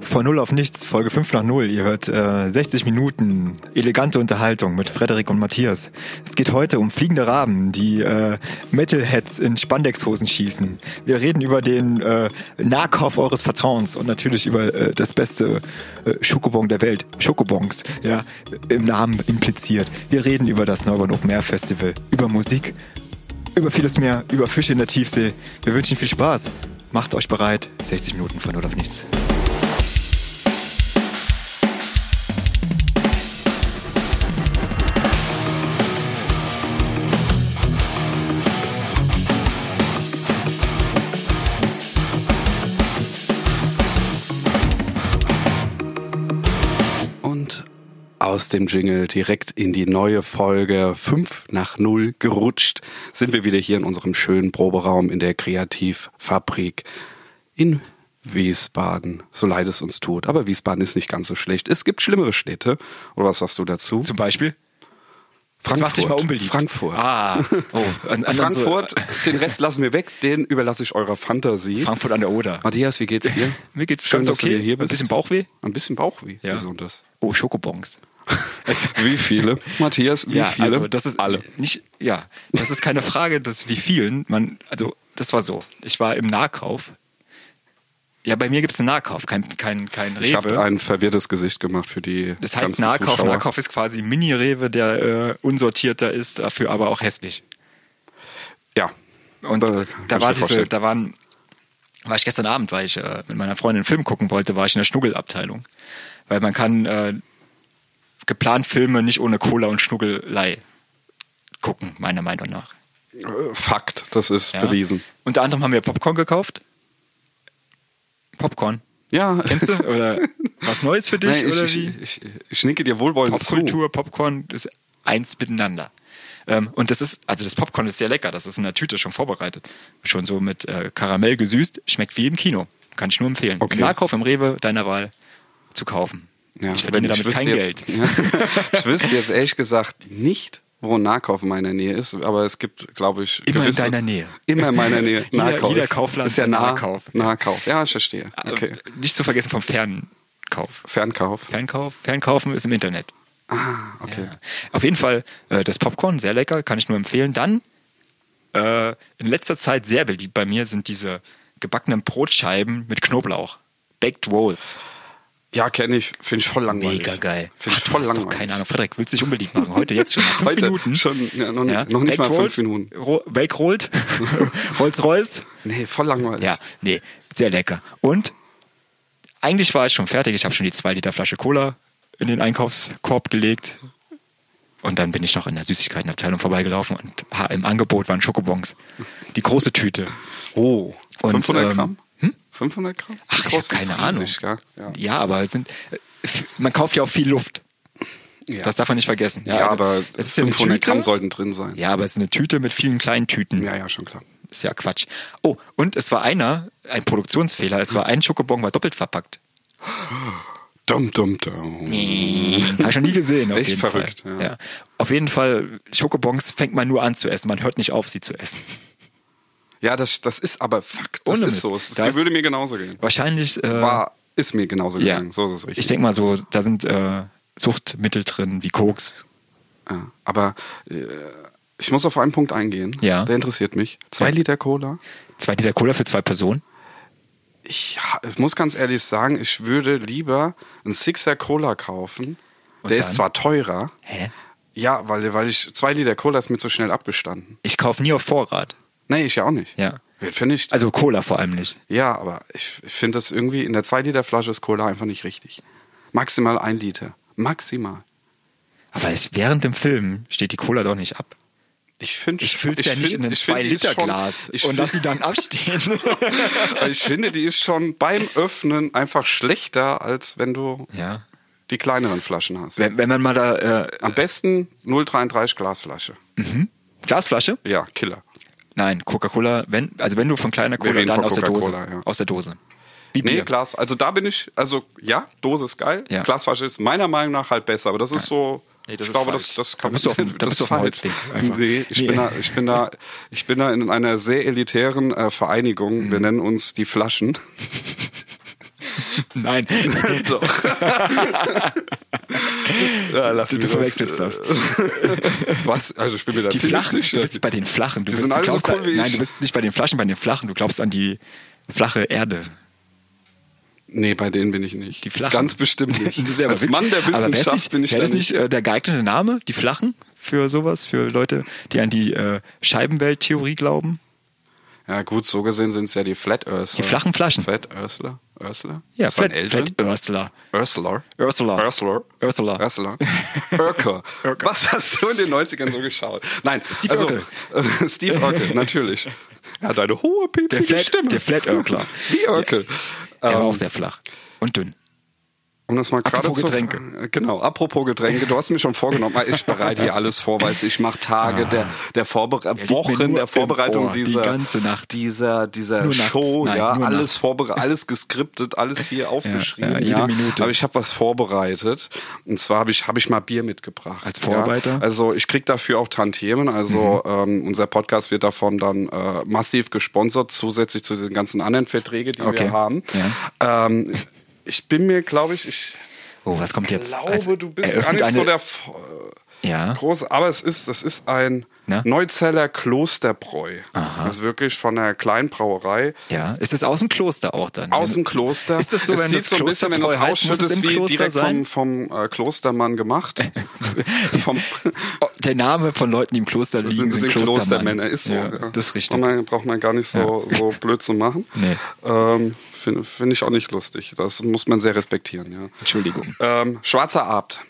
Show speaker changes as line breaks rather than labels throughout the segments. Von Null auf Nichts, Folge 5 nach Null. Ihr hört äh, 60 Minuten elegante Unterhaltung mit Frederik und Matthias. Es geht heute um fliegende Raben, die äh, Metalheads in Spandexhosen schießen. Wir reden über den äh, Nahkauf eures Vertrauens und natürlich über äh, das beste äh, Schokobon der Welt, Schokobons, ja, im Namen impliziert. Wir reden über das Northern Open Air Festival, über Musik, über vieles mehr, über Fische in der Tiefsee. Wir wünschen viel Spaß. Macht euch bereit. 60 Minuten von Null auf Nichts.
Und aus dem Jingle direkt in die neue Folge 5 nach 0 gerutscht, sind wir wieder hier in unserem schönen Proberaum in der Kreativfabrik in Wiesbaden. So leid es uns tut. Aber Wiesbaden ist nicht ganz so schlecht. Es gibt schlimmere Städte. Oder was sagst du dazu?
Zum Beispiel? Das macht dich mal unbeliebt.
Frankfurt.
Ah, oh, an, an
Frankfurt, den Rest lassen wir weg, den überlasse ich eurer Fantasie.
So, Frankfurt an der Oder.
Matthias, wie geht's dir?
Mir geht's
Schön,
ganz
dass du
okay.
wieder hier
Ein
bist.
bisschen Bauchweh?
Ein bisschen Bauchweh.
Ja.
Gesundes.
Oh, Schokobons.
Wie viele? Matthias, wie
ja,
viele?
also das ist
alle.
Nicht, ja, das ist keine Frage, dass wie vielen man, also das war so. Ich war im Nahkauf. Ja, bei mir gibt's einen Nahkauf, kein, kein, kein Rewe.
Ich habe ein verwirrtes Gesicht gemacht für die
das heißt
ganzen
Nahkauf.
Zuschauer.
Nahkauf ist quasi Mini-Rewe, der äh, unsortierter ist, dafür aber auch hässlich.
Ja.
Und
Da
da,
kann ich mir
war diese,
vorstellen.
da waren, war ich gestern Abend, weil ich äh, mit meiner Freundin einen Film gucken wollte, war ich in der Schnuggelabteilung. Weil man kann äh, geplant Filme nicht ohne Cola und Schnuggelei gucken, meiner Meinung nach.
Äh, Fakt, das ist
Ja?
bewiesen.
Unter anderem haben wir Popcorn gekauft. Popcorn.
Ja.
Kennst du? Oder was Neues für dich?
Nein, ich,
oder
ich,
wie?
ich, ich, ich nicke dir wohlwollend zu.
Popkultur, Popcorn ist eins miteinander. Ähm, und das ist, also das Popcorn ist sehr lecker, das ist in der Tüte schon vorbereitet. Schon so mit äh, Karamell gesüßt, schmeckt wie im Kino. Kann ich nur empfehlen.
Okay.
Im Nahkauf, im Rewe, deiner Wahl zu kaufen.
Ja,
ich
wenn
verdiene damit
wüsste
kein
jetzt,
Geld.
Ja, ich wüsste jetzt ehrlich gesagt nicht, wo ein Nahkauf in meiner Nähe ist, aber es gibt, glaube ich,
Immer in
gewisse,
deiner Nähe.
Immer in meiner Nähe.
Jeder-
Nahkauf.
jeder Kaufland
ist ja
ist ein
nah,
Nahkauf.
Nahkauf. Ja, ich verstehe. Okay.
Äh, Nicht zu vergessen vom Fernkauf.
Fernkauf.
Fernkauf? Fernkaufen ist im Internet.
Ah, okay.
Ja. Auf jeden Fall äh, das Popcorn, sehr lecker, kann ich nur empfehlen. Dann äh, in letzter Zeit sehr beliebt bei mir sind diese gebackenen Brotscheiben mit Knoblauch. Baked Rolls.
Ja, kenne ich. Finde ich voll langweilig.
Mega geil.
Finde ich
Ach, du
voll
hast doch
langweilig.
Keine Ahnung, Frederik, willst du dich unbedingt machen? Heute jetzt schon. nach Fünf
Heute
Minuten.
schon, ja, noch nicht- noch nicht mal fünf Minuten.
Bakerollt, Rolls-Royce.
Nee, voll langweilig.
Ja, nee, sehr lecker. Und eigentlich war ich schon fertig. Ich habe schon die 2 Liter Flasche Cola in den Einkaufskorb gelegt. Und dann bin ich noch in der Süßigkeitenabteilung vorbeigelaufen und ha, im Angebot waren Schokobons. Die große Tüte.
Oh.
Und,
500
ähm,
Gramm? 500 Gramm?
Ach, ich
Groß
habe
ist
keine Ahnung.
riesig,
Ja,
gell? Ja.
aber es sind, äh, man kauft ja auch viel Luft.
Ja.
Das darf man nicht vergessen.
ja,
also,
aber
es ist ja eine
500
Tüte.
Gramm sollten drin sein.
Ja, aber es ist eine Tüte mit vielen kleinen Tüten.
ja, ja, schon klar.
Ist ja Quatsch. Oh, und es war einer, ein Produktionsfehler,
Hm.
es war ein Schokobon, war doppelt verpackt.
Dum, dum, dum.
Habe ich noch nie gesehen. Auf
Echt
jeden
verrückt,
Fall.
ja.
Auf jeden Fall, Schokobons fängt man nur an zu essen. Man hört nicht auf, sie zu essen.
Ja, das, das ist aber Fakt. Das
Ohne
ist
Mist.
so. Es
Das-
würde mir genauso gehen.
Wahrscheinlich. Äh,
War, ist mir genauso
ja.
gegangen. So ist es richtig.
Ich denke mal so, da sind äh, Suchtmittel drin, wie Koks.
Ja, aber äh, ich muss auf einen Punkt eingehen.
Ja.
Der interessiert mich. Zwei
Ja.
Liter Cola.
Zwei Liter Cola für zwei Personen.
Ich, ha- ich muss ganz ehrlich sagen, ich würde lieber einen Sixer Cola kaufen.
Und
der
dann?
ist zwar teurer.
Hä?
Ja, weil, weil ich zwei Liter Cola ist mir zu schnell abgestanden.
Ich kaufe nie auf Vorrat.
Nee, ich ja auch nicht.
Ja.
Wird vernichtet.
Also Cola vor allem nicht.
ja, aber ich, ich finde das irgendwie, in der 2 Liter Flasche ist Cola einfach nicht richtig. Maximal ein Liter. Maximal.
Aber es, während dem Film steht die Cola doch nicht ab.
Ich finde
Ich fülle es ja nicht in ein 2-Liter-Glas und lass sie dann abstehen.
ich finde, die ist schon beim Öffnen einfach schlechter, als wenn du
ja.
die kleineren Flaschen hast.
Wenn, wenn man mal da. Äh,
Am besten 0,33 Glasflasche.
Glasflasche?
Ja, Killer.
Nein, Coca-Cola, wenn, also wenn du von kleiner
Wir
Cola,
reden
dann
von
aus der Dose.
Coca-Cola, ja.
Aus der Dose. Wie
Nee,
Bier.
Glas. Also da bin ich, also ja, Dose ist geil.
Ja.
Glasflasche ist meiner Meinung nach halt besser, aber das ist so.
Nee, das
ich
ist
glaube,
falsch.
das, das
Da
kann
bist du auf dem- da
das
bist du
ist
auf dem
falsch.
Holzweg einfach.
Nee, ich,
Nee.
Bin da, ich, bin da, ich bin da in
Mhm.
einer sehr elitären äh, Vereinigung. Wir nennen uns die Flaschen.
Nein.
So. ja, lass
Du-
mich
du verwechselst
äh,
das.
Was? Also ich bin mir da
Die
ziemlich
Flachen, du
sicher.
bist bei den Flachen. Du,
Die
bist,
sind
du
alle so
glaubst
cool
an-
wie ich.
Nein, du bist nicht bei den Flaschen, bei den Flachen. Du glaubst an die flache Erde.
Nee, bei denen bin ich nicht.
Die Flachen.
Ganz bestimmt nicht.
Das wär aber
Als
witzig.
Mann der
Aber wär's
Wissenschaft
nicht,
bin ich
wär
da
das nicht äh, der geeignete Name, die Flachen, für sowas, für Leute, die an die äh, Scheibenwelttheorie glauben?
Ja, gut, so gesehen sind es ja die Flat Earthler.
Die flachen Flaschen.
Flat Earthler? Earthler?
Ja,
Ist das ein
Flat,
Eltern?
Flat Ursula.
Ursula.
Ursula.
Ursula.
Ursula.
Ursula. Urkel.
Urkel.
Was hast du in den 90ern so geschaut? Nein,
Steve
also,
Urkel.
äh, Steve Urkel, natürlich. Er hat eine hohe,
Der
piepsige
Flat,
Stimme.
der Flat Urkler.
Wie Urkel.
Er war
Ähm,
auch sehr flach und dünn.
Um das mal gerade
Apropos
zu
Getränke.
Genau, apropos Getränke, du hast mir schon vorgenommen, ah, ich bereite hier alles vor, weißt du, ich mache Tage der der Vorbere
liegt mir Ah. nur
Wochen der
im
Vorbereitung
Ohr, die
dieser
ganze Nacht.
dieser dieser
Nur nachts.
Show,
Nein,
ja,
nur
alles
nachts.
vorbereitet, alles geskriptet, alles hier aufgeschrieben, ja,
ja, jede Minute.
aber ich habe was vorbereitet und zwar habe ich habe ich mal Bier mitgebracht.
Als Vorarbeiter? Mhm.
Ja. Also, ich krieg dafür auch Tantiemen, also ähm, unser Podcast wird davon dann äh, massiv gesponsert zusätzlich zu diesen ganzen anderen Verträgen, die
Okay.
wir haben. Ähm, ich bin mir, glaube ich, ich Also,
Oh, was kommt jetzt?
glaube,
Als-
du bist
eröffnet
gar nicht
eine,
so der F-
Ja.
große, aber es ist, das ist ein
Na?
Neuzeller Klosterbräu. Das ist wirklich von einer Kleinbrauerei
Ja, ist es aus dem Kloster auch dann?
aus dem Kloster.
Ist das so,
es
wenn
sieht
das
so ein bisschen, wenn das
Klosterbräu heißt, muss
ausschüttet,
es
ist
im
wie
Kloster
direkt
sein?
vom, vom äh, Klostermann gemacht. vom,
Oh, der Name von Leuten, die im Kloster liegen,
sind,
sind,
sind
Klostermann.
Klostermänner, ist so.
Ja,
ja. Oh
Das ist richtig.
Braucht man, braucht man gar nicht so, so blöd zu machen.
Nee.
Ähm, Finde find ich auch nicht lustig. Das muss man sehr respektieren. Ja.
Entschuldigung.
Ähm, Schwarzer Abt.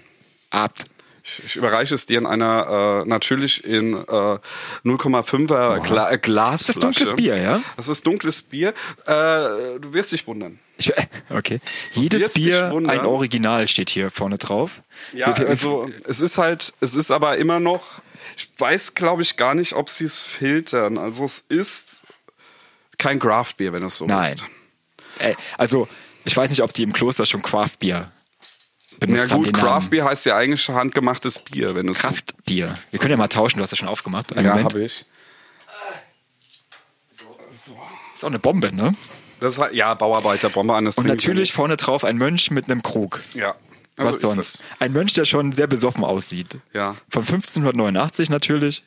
Abt.
Ich, ich überreiche es dir in einer äh, natürlich in äh, 0,5er Gla äh, Glasflasche.
Ist das dunkles Bier, ja?
Das ist dunkles Bier. Äh, du wirst dich wundern.
Ich, okay. Jedes
wirst dich
Bier
wundern.
ein Original steht hier vorne drauf.
Ja,
Wir- wir-
also es ist halt, es ist aber immer noch. Ich weiß, glaube ich, gar nicht, ob sie es filtern. Also es ist kein Craft-Bier, wenn du es so
Nein.
willst.
Ey, also, ich weiß nicht, ob die im Kloster schon Craftbier
Na
benutzt haben.
gut,
den Namen.
Craft-Bier heißt ja eigentlich handgemachtes Bier, wenn du es so
Kraftbier. Wir können ja mal tauschen, du hast ja schon aufgemacht. Einen
Ja,
Moment.
habe ich.
Ist auch eine Bombe, ne?
Das ist halt, ja, Bauarbeiter, Bombe an das
Und
Ding.
natürlich vorne drauf ein Mönch mit einem Krug.
Ja.
Was
Also ist
sonst?
das.
Ein Mönch, der schon sehr besoffen aussieht.
Ja.
Von 1589 natürlich.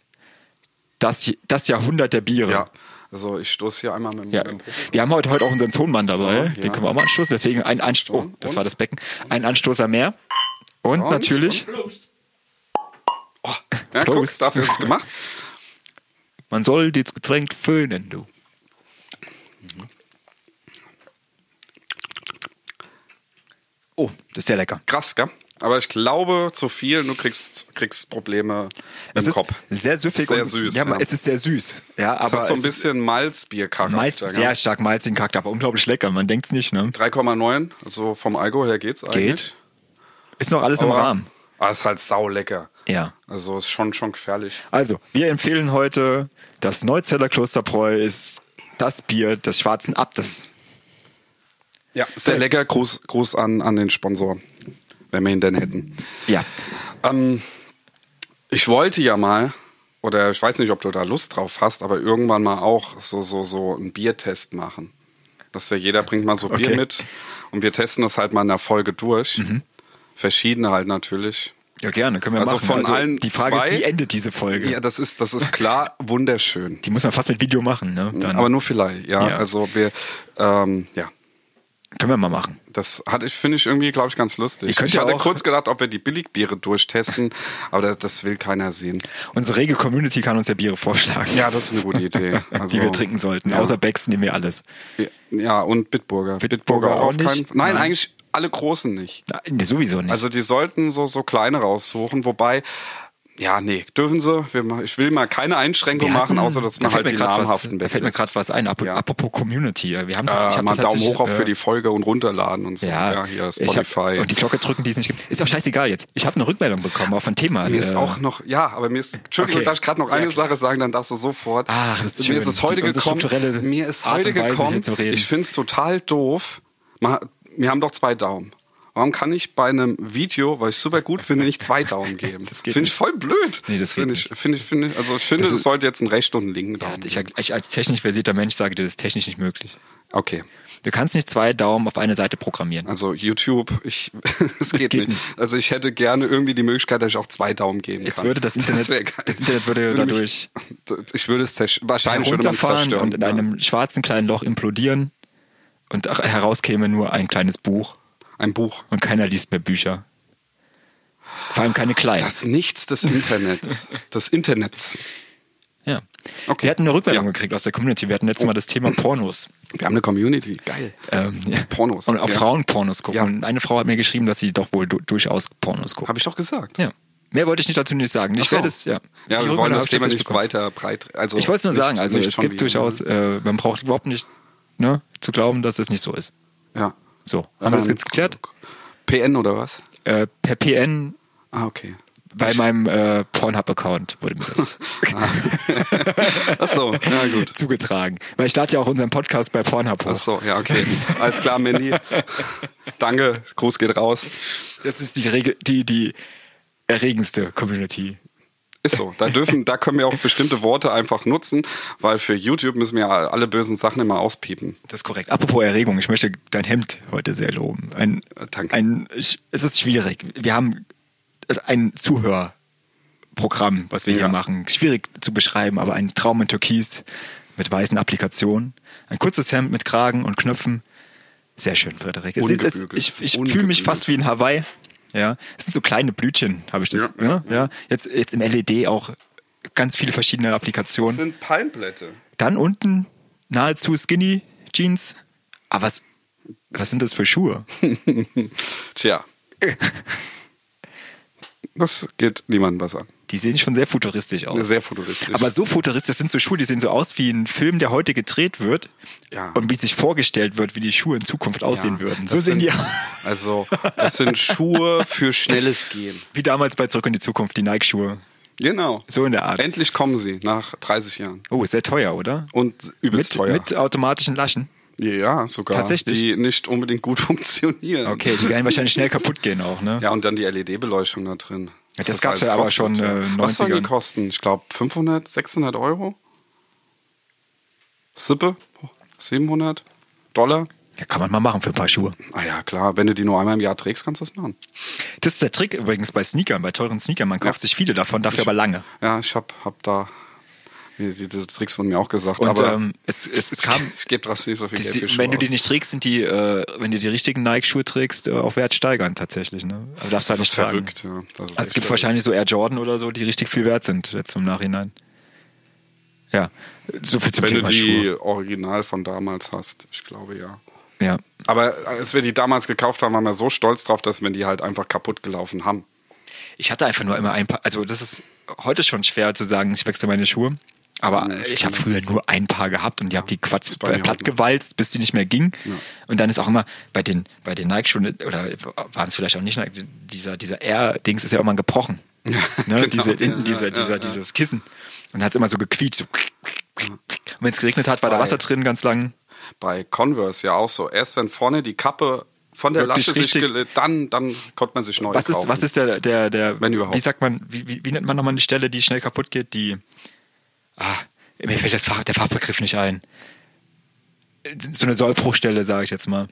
Das, das Jahrhundert der Biere.
Ja. Also ich stoße hier einmal mit dem.
Ja.
mit dem-
Wir haben heute, heute auch unseren Tonmann dabei.
So, ja.
Den können wir auch mal anstoßen. Deswegen ein Anstoß. Oh, das
Und?
war das Becken. Ein Anstoßer mehr. Und,
Und?
natürlich,
Ja, guck,
Prost.
dafür ist es gemacht.
man soll das Getränk föhnen, du. Oh, das ist sehr lecker.
Krass, gell? Aber ich glaube, zu viel, du kriegst, kriegst Probleme
Es
im
ist
Kopf.
sehr süffig.
Sehr
und-
süß.
Ja,
ja.
es ist sehr süß. Ja,
es
aber
hat so ein
es ist
bisschen Malzbiercharakter.
Malz,
gell?
sehr stark malzigen Charakter, aber unglaublich lecker. Man denkt's nicht, ne?
3,9, also vom Alkohol her geht's eigentlich.
Geht. Ist noch alles im
Aber-
Rahmen.
Ah, ist halt sau lecker.
Ja.
Also ist schon, schon gefährlich.
Also, wir empfehlen heute, das Neuzeller Klosterbräu ist das Bier des schwarzen Abtes.
Ja, sehr lecker. Gruß, Gruß an, an den Sponsor, wenn wir ihn denn hätten.
Ja.
Ähm, ich wollte ja mal, oder ich weiß nicht, ob du da Lust drauf hast, aber irgendwann mal auch so, so, so einen Biertest machen. Dass wir jeder bringt mal so Bier
Okay.
mit und wir testen das halt mal in der Folge durch. Verschiedene halt natürlich.
Ja, gerne, können wir
Also
machen.
von allen
die Frage
zwei-
ist, wie endet diese Folge?
Ja, das ist, das ist klar wunderschön.
Die muss man fast mit Video machen, ne? Dann
Aber nur vielleicht, Genau. ja.
Ja.
Also wir, ähm, ja.
können wir mal machen.
Das hatte ich, finde ich irgendwie, glaube ich, ganz lustig.
Ihr könnt
ich
ja
hatte
auch-
kurz gedacht, ob wir die Billigbiere durchtesten, aber das, das will keiner sehen.
Unsere rege Community kann uns ja Biere vorschlagen.
Ja, das ist eine gute Idee. Also-
die wir trinken sollten.
Ja.
Außer Becks nehmen wir alles.
Ja, Ja, und Bitburger.
Bitburger auch
auf keinen
nicht?
Nein,
Nein.
eigentlich alle großen nicht.
Nein, sowieso nicht.
Also die sollten so, so kleine raussuchen, wobei. Ja, nee, dürfen sie. Wir, ma- ich will mal keine Einschränkung
Wir hatten-
machen, außer dass
da
man
fällt
halt
mir
die
grad
namhaften
was, Da fällt mir gerade was ein. Ap
Ja.
Apropos Community. Wir haben das,
Äh,
hab
mal
das
Daumen
tatsächlich,
hoch auch für
äh,
die Folge und runterladen und so.
Ja,
hier
ich hab-
Spotify.
und die Glocke drücken, die es nicht gibt. Ist auch scheißegal jetzt. Ich habe eine Rückmeldung bekommen auf ein Thema.
Mir ist
äh,
auch noch, ja, aber mir ist, Entschuldigung,
Okay.
darf ich gerade noch eine
Ja,
Sache sagen, dann darfst du sofort.
Ach, das ist
mir
schön.
ist es heute
Die- unsere
gekommen,
strukturelle
mir ist
Art
heute
und Weise,
gekommen,
hier zu reden.
ich finde es total doof, Ma- wir haben doch zwei Daumen. Warum kann ich bei einem Video, weil ich super gut finde, nicht zwei Daumen geben?
Das geht
Finde ich
nicht.
voll blöd.
Nee, das geht
finde ich, finde ich, finde ich, also ich finde,
Das
es
ist-
sollte jetzt einen rechten und einen linken Daumen.
Ich, ich als technisch versierter Mensch sage dir, das ist technisch nicht möglich.
Okay.
Du kannst nicht zwei Daumen auf eine Seite programmieren.
Also YouTube, ich, es geht,
geht
nicht.
nicht.
Also ich hätte gerne irgendwie die Möglichkeit, dass ich auch zwei Daumen geben
Es
kann.
würde das Internet,
wär geil.
das Internet würde
Würde mich-
dadurch
Ich würde es zersch- wahrscheinlich würde man es
runterfahren
zerstören.
und in einem schwarzen kleinen Loch implodieren und ach- herauskäme nur ein kleines Buch
ja. Ein Buch.
und keiner liest mehr Bücher. Vor allem keine kleinen.
Das Nichts des Internets. des Internets.
ja.
Okay.
Wir hatten eine Rückmeldung
Ja. Oh.
gekriegt aus der Community. Wir hatten letztes Mal das Thema Pornos.
Wir haben eine Community. Geil.
Ähm, ja.
Pornos.
Und auch
Ja.
Frauen Pornos gucken.
Ja.
Und eine Frau hat mir geschrieben, dass sie doch wohl du durchaus Pornos guckt.
Habe ich doch gesagt.
Ja. Mehr wollte ich nicht dazu nicht sagen. Ich
Ach so.
werde es, ja.
Ja,
Die
wir wollen
Rückmeldung habe
das
ich
Thema
tatsächlich
nicht
bekommen.
weiter breit. Also
Ich wollte es nur
nicht-
sagen, also
nicht
es
schon
gibt
wieder.
durchaus, äh, man braucht überhaupt nicht ne, zu glauben, dass es nicht so ist.
Ja.
So, haben wir das
Dann-
jetzt geklärt?
PN oder was?
Äh, per PN
Ah, okay.
bei meinem äh, Pornhub-Account wurde mir das
Ach so, na Ah. gut.
zugetragen. Weil ich lade ja auch unseren Podcast bei Pornhub
Ach
hoch.
so, ja, okay. Also Alles klar, Mandy. Danke, Gruß geht raus.
Das ist die, Rege die, die erregendste Community.
Ist so. Da dürfen, da können wir auch bestimmte Worte einfach nutzen, weil für YouTube müssen wir ja alle bösen Sachen immer auspiepen.
Das ist korrekt. Apropos Erregung, ich möchte dein Hemd heute sehr loben. Ein,
Äh, danke.
Ein, ich- es ist schwierig. Wir haben es ist ein Zuhörprogramm, was wir hier
Ja.
machen. Schwierig zu beschreiben, aber ein Traum in Türkis mit weißen Applikationen. Ein kurzes Hemd mit Kragen und Knöpfen. Sehr schön, Frederik. Es sieht- es,
Ungebügelt.
ich ich fühle mich
Ungebügelt.
fast wie in Hawaii. Ja, es sind so kleine Blütchen, habe ich das.
Ja.
Ja. Ne? Ja. Jetzt, jetzt im LED auch ganz viele verschiedene Applikationen.
sind Palmblätter.
Dann unten nahezu Skinny Jeans. Aber was, was sind das für Schuhe?
Tja. Das geht niemandem was an.
Die sehen schon sehr futuristisch aus.
Sehr futuristisch.
Aber so futuristisch das sind so Schuhe, die sehen so aus wie ein Film, der heute gedreht wird
Ja.
und wie sich vorgestellt wird, wie die Schuhe in Zukunft aussehen
Ja,
würden.
das
So sehen
sind,
die aus.
Also, das sind Schuhe für schnelles Gehen.
Wie damals bei Zurück in die Zukunft, die Nike-Schuhe.
Genau.
So in der Art.
Endlich kommen sie nach 30 Jahren.
Oh, sehr teuer, oder?
Und übelst
Mit,
teuer.
mit automatischen Laschen.
ja, sogar.
Tatsächlich?
Die nicht unbedingt gut funktionieren.
Okay, die werden wahrscheinlich schnell kaputt gehen auch, ne?
Ja, und dann die LED-Beleuchtung da drin.
Das
Was
gab's
alles
ja aber
kostet,
schon,
ja.
äh,
Was soll die
90ern?
kosten? Ich glaube 500, 600 Euro? Sippe? 700 Dollar?
Ja, kann man mal machen für ein paar Schuhe.
Ah ja, klar. Wenn du die nur einmal im Jahr trägst, kannst du das machen.
Das ist der Trick übrigens bei Sneakern, bei teuren Sneakern. Man kauft
Ja.
sich viele davon, dafür aber lange.
Ja, ich hab, hab da... die- die- Diese Tricks wurden mir auch gesagt.
Und
aber
ähm, es, es, es kam,
ich gebe das nicht so viel
die,
Geld für
die,
Schuhe
wenn du die
aus.
nicht trägst, sind die, äh, wenn du die richtigen Nike-Schuhe trägst, äh, auch wertsteigernd tatsächlich. Ne? Aber darfst du
Das
halt
ist
nicht tragen.
verrückt, ja. Das ist
Also es
echt
gibt
verrückt.
wahrscheinlich so Air Jordan oder so, die richtig viel wert sind, jetzt im Nachhinein. Ja, so viel zum
Wenn du
Thema
die
Schuhe.
Original von damals hast, ich glaube ja.
Ja.
Aber äh, als wir die damals gekauft haben, waren wir so stolz drauf, dass wir die halt einfach kaputt gelaufen haben.
Ich hatte einfach nur immer ein paar, also das ist heute schon schwer zu sagen, ich wechsle meine Schuhe. Aber
Ja, ich
ich habe früher nur ein paar gehabt und die habe die Quatsch
bei mir auch
platt
noch.
gewalzt, bis die nicht mehr ging.
Ja.
Und dann ist auch immer bei den, bei den Nike-Schuhen, oder waren es vielleicht auch nicht Nike, dieser, dieser R-Dings ist ja irgendwann gebrochen.
Ja,
ne?
genau.
diese,
Ja,
hinten,
ja,
dieser,
ja,
dieser,
ja.
dieses Kissen. Und hat es immer so gequietscht. So. Und wenn es geregnet hat, war da
Bei-
Wasser drin ganz lang.
Bei Converse ja auch so. Erst wenn vorne die Kappe von der
Wirklich
Lasche sich
richtig-
gele- dann dann konnte man sich neu
Was ist,
kaufen.
was ist der, der, der
Wenn überhaupt.
wie sagt man, wie, wie, wie nennt man nochmal eine Stelle, die schnell kaputt geht, die, ah, mir fällt das Fach, der Fachbegriff nicht ein. So eine Sollbruchstelle, sage ich jetzt mal.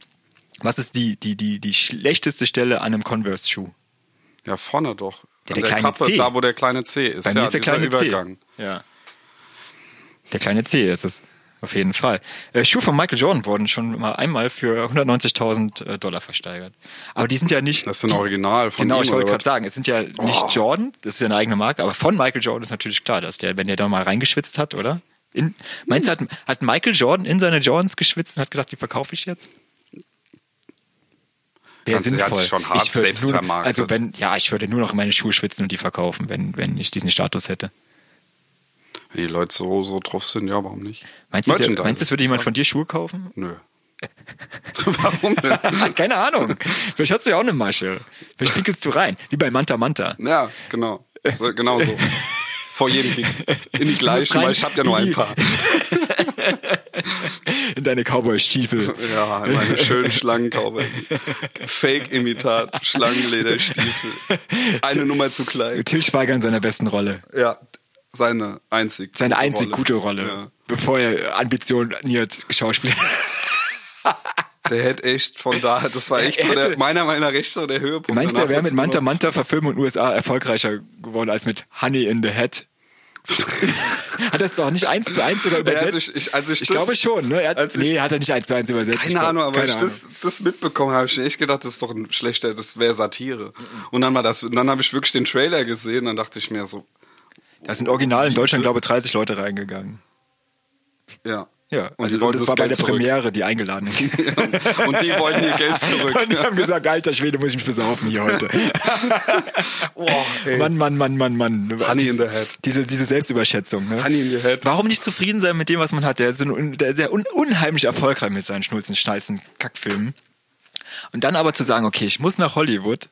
Was ist die, die, die, die schlechteste Stelle an einem Converse-Schuh?
ja vorne doch.
Ja,
An
der kleine
Kappe,
C.
da wo der kleine C ist.
Bei
ja,
mir ist der
dieser
kleine
Übergang.
C. Ja. Der kleine C ist es. Auf jeden Fall. Äh, Schuhe von Michael Jordan wurden schon mal einmal für 190.000 Dollar versteigert. Aber die sind ja nicht.
Das ist ein Original von
Genau,
ihm,
ich wollte
oder
gerade
was?
sagen, es sind ja nicht
Oh.
Jordan, das ist ja eine eigene Marke, aber von Michael Jordan ist natürlich klar, dass der, wenn der da mal reingeschwitzt hat, oder? In, meinst du, hat, hat Michael Jordan in seine Jordans geschwitzt und hat gedacht, die verkaufe ich jetzt? Wäre
Also, er hat's
sinnvoll.
schon hart
Ich würde
selbst
nur,
vermarktet.
Also wenn, ja, ich würde nur noch in meine Schuhe schwitzen und die verkaufen, wenn, wenn ich diesen Status hätte.
Wenn die Leute so so drauf sind, ja, warum nicht?
Meinst du, der,
Merchandise.
meinst du, es würde jemand von dir Schuhe kaufen?
Nö. warum denn?
Keine Ahnung. Vielleicht hast du ja auch eine Masche. Vielleicht pinkelst du rein, wie bei Manta Manta.
Ja, genau. So, genau so. Vor jedem Kick. In die gleichen, weil ich habe ja nur ein paar.
In deine Cowboy-Stiefel.
Ja, meine schönen Schlangenkaube. Fake-Imitat, Schlangenlederstiefel. Eine Nummer zu klein.
Til Schweiger in seiner besten Rolle.
Ja, seine einzig
Seine
gute
einzig gute Rolle. Bevor er Ambition niert, Schauspieler.
Der hätte echt von da, das war echt so der, meiner Meinung nach echt so der Höhepunkt.
Meinst du, er
Danach
wäre mit
wird's
Manta
nur noch-
Manta Verfilmung in den USA erfolgreicher geworden als mit Honey in the Head? hat das doch nicht eins zu eins sogar
Ja,
übersetzt?
also ich- ich- als ich das-
glaube schon, ne? Er hat,
als ich-
nee, hat er nicht eins zu eins übersetzt. ich
Keine
glaub,
Ahnung, aber
keine
als ich das, das mitbekommen habe, habe ich echt gedacht, das ist doch ein schlechter, das wäre Satire. Und dann war das, und dann habe ich wirklich den Trailer gesehen, dann dachte ich mir so,
Da sind original in Deutschland, glaube ich, 30 Leute reingegangen.
ja.
Ja,
Und
also
die wollten
das war bei
Geld
der
zurück.
Premiere, die eingeladenen.
Und die wollten ihr Geld zurück.
Und die haben gesagt, alter Schwede, muss ich mich besaufen hier heute.
Boah, ey.
Mann, Mann, Mann, Mann, Mann.
Honey
Diese-
in the head.
Diese, diese Selbstüberschätzung. Ne?
Honey in the head.
Warum nicht zufrieden sein mit dem, was man hat? Der ist so ein- der, der un, unheimlich erfolgreich mit seinen Schnulzen, Schnalzen, Kackfilmen. Und dann aber zu sagen, okay, ich muss nach Hollywood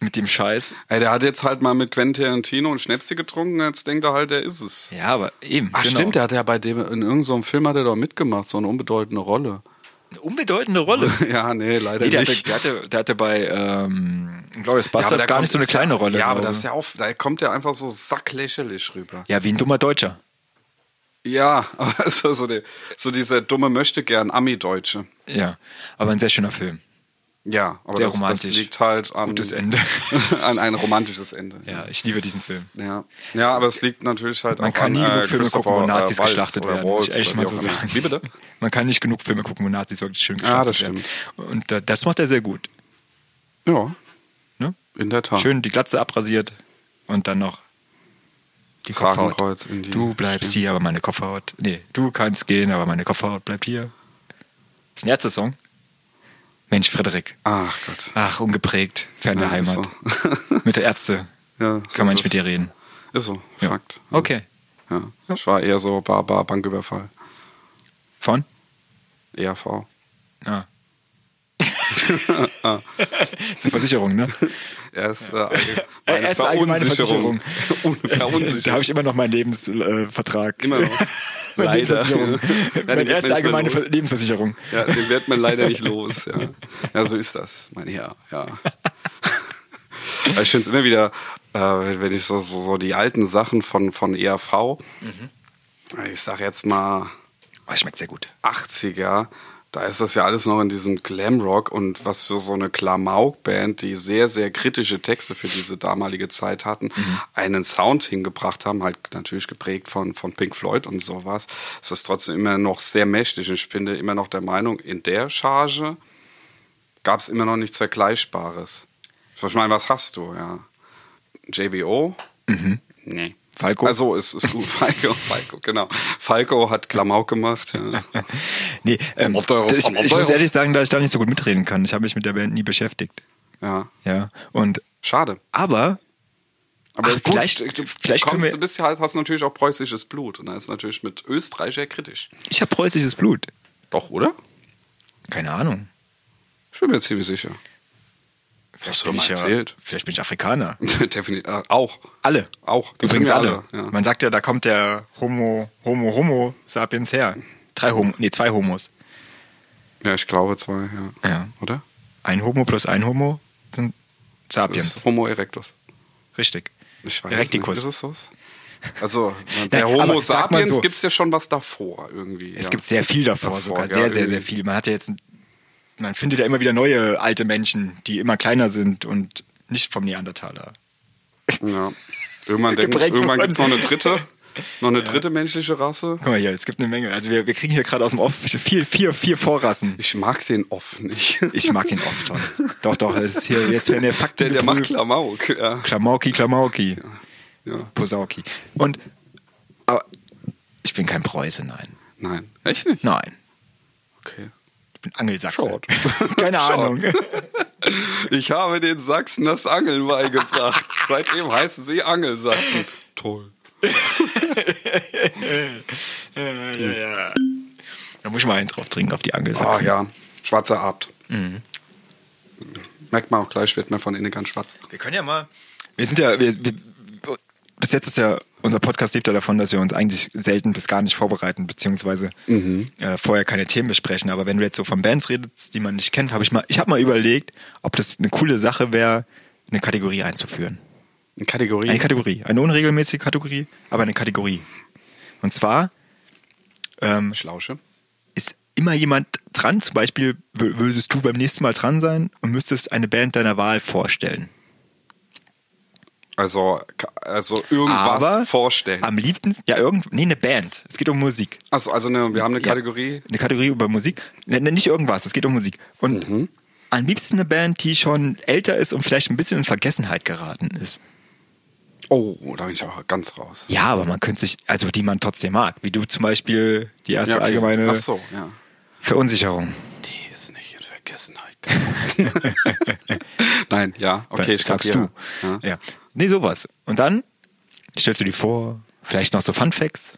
mit dem Scheiß.
Ey, der hat jetzt halt mal mit Quentin Tarantino und Schnäpsi getrunken, jetzt denkt er halt, der ist es.
Ja, aber eben.
Ach
genau.
stimmt, der hat ja bei dem, in irgendeinem Film hat er doch mitgemacht, so eine unbedeutende Rolle.
Eine unbedeutende Rolle.
Ja, nee, leider
Nee, der, hatte,
nicht.
der, hatte, der hatte bei ähm, Glorious Bastards
da
gar
kommt-
nicht so eine
ist ja-
kleine Rolle.
Ja, aber
glaube
das
ich.
ist ja auch, da kommt er einfach so sacklächerlich rüber.
ja, wie ein dummer Deutscher.
Ja, aber so, so, die, so dieser dumme möchte gern Ami-Deutsche.
Ja, aber ein sehr schöner Film.
Ja, aber
Sehr
das, das
romantisch.
liegt halt an,
Gutes Ende.
an ein romantisches Ende.
Ja, ich liebe diesen Film.
Ja. ja, aber es liegt natürlich halt
Man
auch
kann
an,
nie
äh,
genug Filme gucken, wo
Christopher,
Nazis
äh, Waltz
geschlachtet
oder
werden,
Waltz
muss ich ehrlich
oder
mal so
wie auch immer.
sagen.
Wie bitte?
Man kann nicht genug Filme gucken, wo Nazis wirklich schön
Ah, das
geschlachtet werden. Und da, das macht er sehr gut.
Ja,
Ne?
in der Tat.
Schön die Glatze abrasiert und dann noch die
Das
Kopfhaut.
Hakenkreuz in die
du bleibst
Stirn.
hier, aber meine Kopfhaut. Nee, du kannst gehen, aber meine Kopfhaut bleibt hier. Das ist ein Ärzte-Song. Mensch, Frederik.
Ach Gott.
Ach, ungeprägt, fern der
Ja, ist
Heimat.
so.
mit der Ärzte
Ja, so
kann man nicht
ist
mit
es.
dir reden.
Ist so,
Ja.
Fakt.
Okay.
Ja. Ich war eher so Bar, Bar, Banküberfall. E
Von?
ERV.
Ah.
Ah.
Das ist eine Versicherung, ne?
Er ist, äh,
Er
eine
ist eine allgemeine
Verunsicherung.
Da
Verunsicherung.
habe ich immer noch meinen Lebensvertrag.
Immer noch.
Meine
Leider.
Lebensversicherung.
Ja,
Meine
den wird man nicht
erste
mehr
allgemeine
los.
Ver Lebensversicherung.
Ja, den wird man leider nicht los. Ja, ja so ist das, mein Herr. Ja. Aber Ich finde es immer wieder, äh, wenn- wenn ich so, so, so die alten Sachen von, von ERV,
Mhm.
ich sag jetzt mal
Oh, das schmeckt sehr gut.
80er, da ist das ja alles noch in diesem Glamrock und was für so eine Klamauk-Band, die sehr, sehr kritische Texte für diese damalige Zeit hatten, einen Sound hingebracht haben, halt natürlich geprägt von, von Pink Floyd und sowas. Es ist trotzdem immer noch sehr mächtig und ich bin immer noch der Meinung, in der Charge gab es immer noch nichts Vergleichbares. Ich meine, was hast du, ja? JBO? Mhm. Nee.
Falco?
Also es ist gut. Falco, Falco, genau. Falco hat Klamauk gemacht. Ja.
Nee, ähm,
Amadeus,
das- ich, ich muss
Amadeus.
ehrlich sagen, dass ich da nicht so gut mitreden kann. Ich habe mich mit der Band nie beschäftigt.
Ja,
Ja. Und
schade.
aber
Aber
Ach,
gut,
vielleicht-
du
vielleicht können
kommst
wir-
du bist ja halt, hast natürlich auch preußisches Blut und da ist natürlich mit Österreich eher kritisch.
ich habe preußisches Blut.
Doch, oder?
Keine Ahnung.
Ich bin mir ziemlich sicher. Hast du
bin
mal
ich
erzählt.
Ja, vielleicht bin ich Afrikaner.
Definitiv. äh, Auch.
Alle.
Auch. Das
Übrigens
sind wir
alle.
alle, ja.
Man sagt ja, da kommt der Homo, Homo, Homo sapiens her. Drei Homo, nee, zwei Homos.
Ja, ich glaube zwei, ja.
Ja.
Oder?
Ein Homo plus ein Homo sind
Das
Sapiens.
ist Homo erectus.
Richtig.
Ich weiß
Erecticus.
nicht. Ist es so's? Also,
Nein,
der Homo
aber sag mal
sapiens
so.
gibt es ja schon was davor irgendwie.
Es
ja.
gibt sehr viel davor, sogar.
ja,
Sehr, sehr, sehr
irgendwie.
viel. Man hat ja jetzt, man findet ja immer wieder neue alte Menschen, die immer kleiner sind und nicht vom Neandertaler.
Ja. Irgendwann, denk-
Geprägt
irgendwann
worden.
gibt es noch eine dritte, noch eine dritte menschliche Rasse.
Guck mal hier, es gibt eine Menge. Also wir, wir kriegen hier gerade aus dem Off vier, vier, vier Vorrassen.
Ich mag den oft nicht.
Ich mag den Off schon. Doch, doch, es ist hier jetzt werden der Fakten
Der, der macht
geprüft.
Klamauk. Ja.
Klamauki, Klamauki.
Ja.
Posauki. Und, aber ich bin kein Preuße, nein.
Nein, echt nicht?
Nein.
Okay.
Ich bin Angelsachse.
Schaut.
Keine Ahnung.
Ich habe den Sachsen das Angeln beigebracht. Seitdem heißen sie Angelsachsen. Toll.
Da muss ich mal einen drauf trinken auf die
Ah
Angelsachsen.
ja, schwarzer Abt.
Mhm.
Merkt man auch gleich, wird man von innen ganz schwarz.
Wir können ja mal. Wir sind ja. Wir, wir, bis jetzt ist ja unser Podcast lebt ja davon, dass wir uns eigentlich selten bis gar nicht vorbereiten, beziehungsweise
Mhm.
äh, vorher keine Themen besprechen. Aber wenn du jetzt so von Bands redest, die man nicht kennt, habe ich mal. Ich habe mal überlegt, ob das eine coole Sache wäre, eine Kategorie einzuführen.
Eine Kategorie.
Eine Kategorie, eine unregelmäßige Kategorie, aber eine Kategorie. Und zwar ähm,
Schlausche.
ist immer jemand dran. Zum Beispiel wür- würdest du beim nächsten Mal dran sein und müsstest eine Band deiner Wahl vorstellen.
Also, also irgendwas
Aber
vorstellen.
Am liebsten, ja, irgend, nee, eine Band. Es geht um Musik.
Also, also eine, wir haben eine Kategorie.
Eine Kategorie über Musik. Ne, ne, nicht irgendwas, es geht um Musik. Und
Mhm.
am liebsten eine Band, die schon älter ist und vielleicht ein bisschen in Vergessenheit geraten ist.
Oh, da bin ich auch ganz raus.
Ja, aber man könnte sich, also die man trotzdem mag. Wie du zum Beispiel die erste
Ja, okay.
allgemeine
Ach so, ja.
Verunsicherung.
Die ist nicht in Vergessenheit geraten. Nein, ja, okay, ich
sagst
kapiere.
du.
Ja.
Ja. Nee, sowas. Und dann stellst du die vor, vielleicht noch so Fun Facts,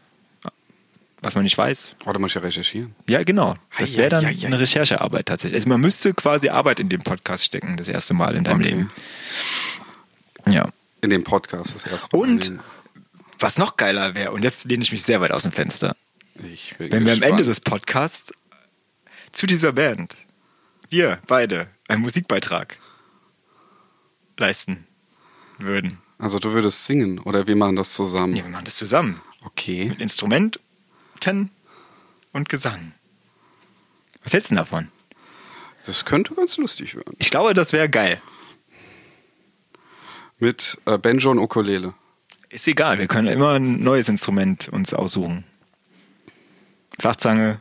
was man nicht weiß.
Warte mal, ich recherchieren.
Ja, genau. Das
Ei,
wäre dann
ei, ei, ei.
eine Recherchearbeit tatsächlich. Also man müsste quasi Arbeit in den Podcast stecken, das erste Mal in deinem
Okay.
Leben. Ja.
In dem Podcast das erste Mal.
Und was noch geiler wäre, und jetzt lehne ich mich sehr weit aus dem Fenster,
Ich bin
wenn wir am
gespannt.
Ende des Podcasts zu dieser Band, wir beide, einen Musikbeitrag leisten würden.
Also du würdest singen oder wir machen das zusammen.
Nee, wir machen das zusammen.
Okay.
Mit Instrumenten und Gesang. Was hältst du denn davon?
Das könnte ganz lustig werden.
Ich glaube, das wäre geil.
Mit äh, Banjo und Ukulele.
Ist egal, wir können immer ein neues Instrument uns aussuchen. Flachzange,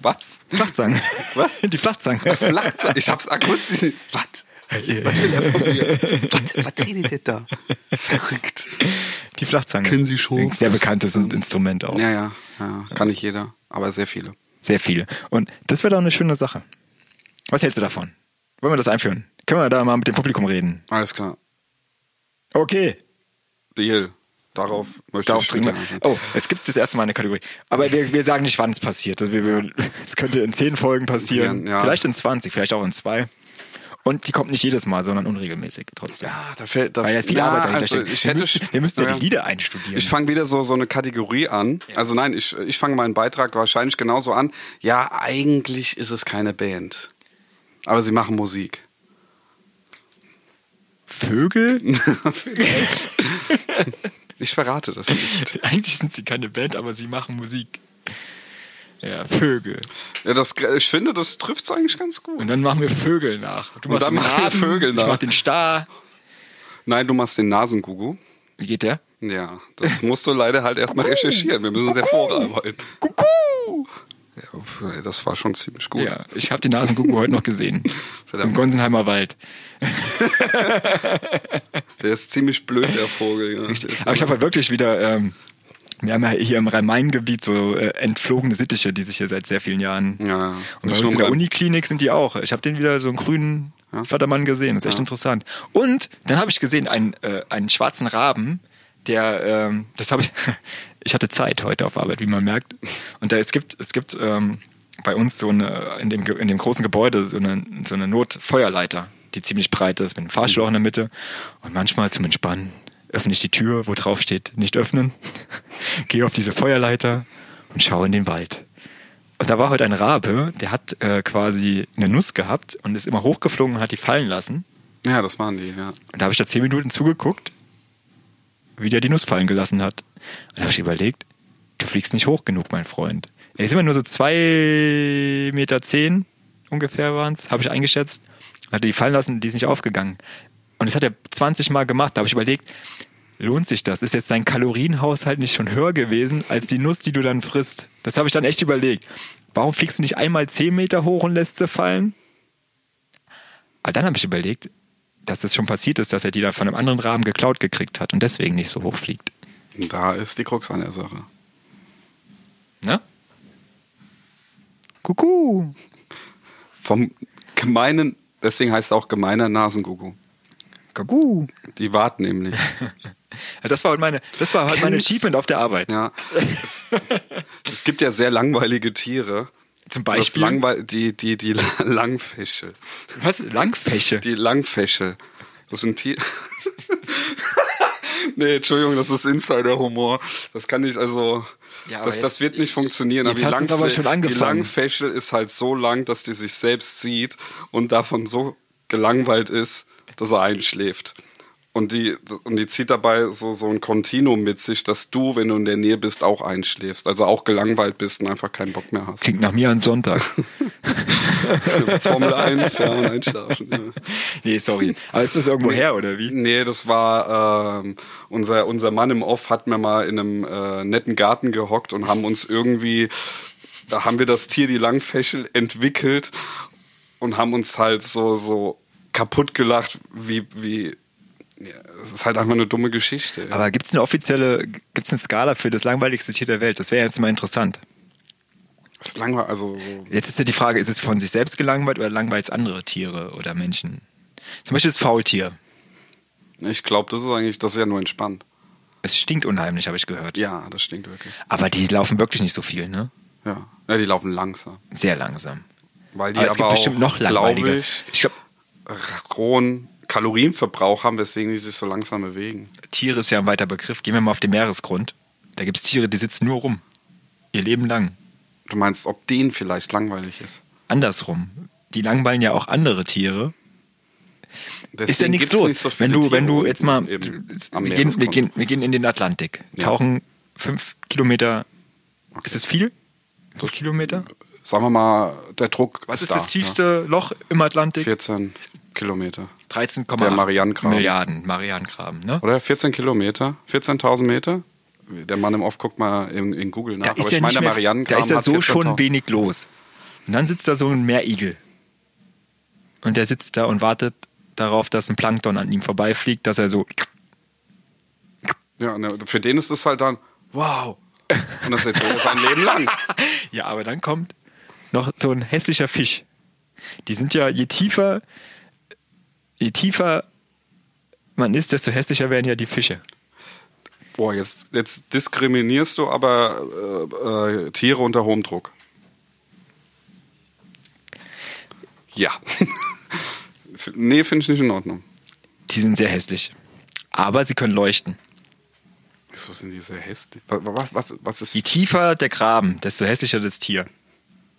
Was?
Flachzange. Was? Die Flachzange.
Flachzeit. Ich hab's akustisch. nicht- Was? Was, was redet ihr da? Verrückt.
Die Flachzange.
Kennen Sie schon?
Sehr bekanntes Instrument auch.
Ja, ja, ja. Kann nicht jeder, aber sehr viele.
Sehr viele. Und das wäre doch eine schöne Sache. Was hältst du davon? Wollen wir das einführen? Können wir da mal mit dem Publikum reden?
Alles klar.
Okay.
Deal. Darauf möchte
Darauf
ich
trinken wir.
später-
Oh, es gibt das erste Mal eine Kategorie. Aber wir, wir sagen nicht, wann es passiert. Also wir- wir- Es könnte in zehn Folgen passieren.
Ja, ja.
Vielleicht in 20, vielleicht auch in zwei. Und die kommt nicht jedes Mal, sondern unregelmäßig trotzdem.
Ah, da fällt, da
Weil da ist viel Arbeit dahinter steckt.
also ich
wir,
hätte,
müssen, wir müssen ja, die Lieder einstudieren.
Ich fange wieder so, so eine Kategorie an. Also nein, ich, ich fange meinen Beitrag wahrscheinlich genauso an. Ja, eigentlich ist es keine Band. Aber sie machen Musik.
Vögel?
Ich verrate das nicht.
Eigentlich sind sie keine Band, aber sie machen Musik. Ja, Vögel.
Ja, das, ich finde, das trifft es eigentlich ganz gut.
Und dann machen wir Vögel nach. Du machst
dann
den
machen wir
Raben,
Vögel nach.
Ich mach den Star.
Nein, du machst den Nasengugu.
Wie geht der?
Ja, das musst du leider halt erstmal recherchieren. Wir müssen sehr vorarbeiten.
Kuckuck!
Ja, uff, ey, das war schon ziemlich gut.
Ja, ich habe den Nasenkuckuck heute noch gesehen.
Verdammt.
Im Gonsenheimer Wald.
Der ist ziemlich blöd, der Vogel. Ja. Der ist
Aber ich habe halt wirklich wieder, ähm, wir haben ja hier im Rhein-Main-Gebiet so äh, entflogene Sittiche, die sich hier seit sehr vielen Jahren.
Ja,
Und
nicht
bei
nur
uns in der
im-
Uniklinik sind die auch. Ich habe den wieder so einen grünen Vatermann gesehen. Das ist echt interessant. Und dann habe ich gesehen einen, äh, einen schwarzen Raben, der, ähm, das habe ich, ich hatte Zeit heute auf Arbeit, wie man merkt. Und da es gibt, es gibt ähm, bei uns so eine, in dem, Ge- in dem großen Gebäude so eine, so eine Notfeuerleiter, die ziemlich breit ist, mit einem Fahrschlauch in der Mitte. Und manchmal zum Entspannen öffne ich die Tür, wo drauf steht, nicht öffnen, gehe auf diese Feuerleiter und schaue in den Wald. Und da war heute ein Rabe, der hat äh, quasi eine Nuss gehabt und ist immer hochgeflogen und hat die fallen lassen.
ja, das waren die, ja.
Und da habe ich da zehn Minuten zugeguckt, wie der die Nuss fallen gelassen hat. Und da habe ich überlegt, du fliegst nicht hoch genug, mein Freund. Er ist immer nur so zwei Meter zehn ungefähr waren's, habe ich eingeschätzt. Hat die fallen lassen, die ist nicht aufgegangen. Und das hat er 20 Mal gemacht. Da habe ich überlegt, lohnt sich das? Ist jetzt dein Kalorienhaushalt nicht schon höher gewesen als die Nuss, die du dann frisst? Das habe ich dann echt überlegt. Warum fliegst du nicht einmal 10 Meter hoch und lässt sie fallen? Aber dann habe ich überlegt, dass das schon passiert ist, dass er die dann von einem anderen Rahmen geklaut gekriegt hat und deswegen nicht so hoch fliegt.
Und da ist die Krux an der Sache.
Ne? Kuckuck.
Vom gemeinen, deswegen heißt er auch gemeiner Nasengugu.
Kuckuck.
Die warten nämlich.
Ja, das war halt meine, das war halt mein
Kennst-
Achievement auf der Arbeit.
Ja. Es, es gibt ja sehr langweilige Tiere.
Zum
Das
Beispiel,
langweil die, die, die Langfäsche.
was? Langfäche.
Die Langfäsche. Das sind Tiere. nee, Entschuldigung, das ist Insider-Humor. Das kann ich, also.
Ja, aber
das,
jetzt-
das wird nicht funktionieren.
Jetzt hast du's aber
Langfä-
schon
die
angefangen.
Langfäsche ist halt so lang, dass die sich selbst sieht und davon so gelangweilt ist, dass er einschläft. Und die, und die zieht dabei so, so ein Kontinuum mit sich, dass du, wenn du in der Nähe bist, auch einschläfst. Also auch gelangweilt bist und einfach keinen Bock mehr hast.
Klingt nach mir am Sonntag.
Formel 1, ja, und einschlafen. Ja.
nee, sorry. Aber ist das irgendwo her, oder wie?
Nee, das war ähm, unser, unser Mann im Off hat mir mal in einem äh, netten Garten gehockt und haben uns irgendwie, da haben wir das Tier, die Langfächel, entwickelt und haben uns halt so, so kaputt gelacht, wie, wie, ja, es ist halt einfach eine dumme Geschichte. Ja.
Aber gibt's eine offizielle, gibt's eine Skala für das langweiligste Tier der Welt? Das wäre jetzt mal interessant.
Es ist langweilig, also so.
Jetzt ist ja die Frage, ist es von sich selbst gelangweilt oder langweilt es andere Tiere oder Menschen? Zum Beispiel das Faultier.
Ich glaube, das ist eigentlich, das ist ja nur entspannt.
Es stinkt unheimlich, habe ich gehört.
Ja, das stinkt wirklich.
Aber die laufen wirklich nicht so viel, ne?
Ja. ja die laufen langsam.
Sehr langsam.
Weil die
Aber
aber,
es gibt bestimmt noch
auch,
langweiliger.
glaube ich,
Ich glaube,
hohen Kalorienverbrauch haben, weswegen die sich so langsam bewegen.
Tiere ist ja ein weiter Begriff. Gehen wir mal auf den Meeresgrund. Da gibt's Tiere, die sitzen nur rum. Ihr Leben lang.
Du meinst, ob denen vielleicht langweilig ist.
Andersrum. Die langweilen ja auch andere Tiere. ist ja
Deswegen
nichts
gibt's
los.
nicht so viele
wenn du,
Tiere
wenn du jetzt mal,
eben am
wir gehen, wir,
Meeresgrund.
gehen, wir gehen in den Atlantik,
Ja.
tauchen fünf Kilometer. Ist es viel? Fünf Kilometer?
Sagen wir mal, der Druck.
Was ist
da,
das tiefste Loch im
Ja.
Atlantik?
14 Kilometer.
13,8
Der Marianengraben.
Milliarden Marianengraben. Ne?
Oder 14 Kilometer? 14.000 Meter? Der Mann im Off guckt mal in, in Google nach.
Da
Aber
ist
ich
ja
meine,
nicht
der
mehr, da
Marianengraben
ist ja
hat
so schon
14.000.
wenig los. Und dann sitzt da so ein Meerigel. Und der sitzt da und wartet darauf, dass ein Plankton an ihm vorbeifliegt, dass er so
Ja, ne, für den ist es halt dann, wow. Und das erzählt er sein Leben lang.
Ja, aber dann kommt noch so ein hässlicher Fisch. Die sind ja, je tiefer, je tiefer man ist, desto hässlicher werden ja die Fische.
Boah, jetzt, jetzt diskriminierst du aber äh, äh, Tiere unter hohem Druck. Ja. F- nee, finde ich nicht in Ordnung.
Die sind sehr hässlich. Aber sie können leuchten.
Wieso sind die so hässlich? Wa- wa- Was, was, was
Je
ist.
tiefer der Graben, desto hässlicher das Tier.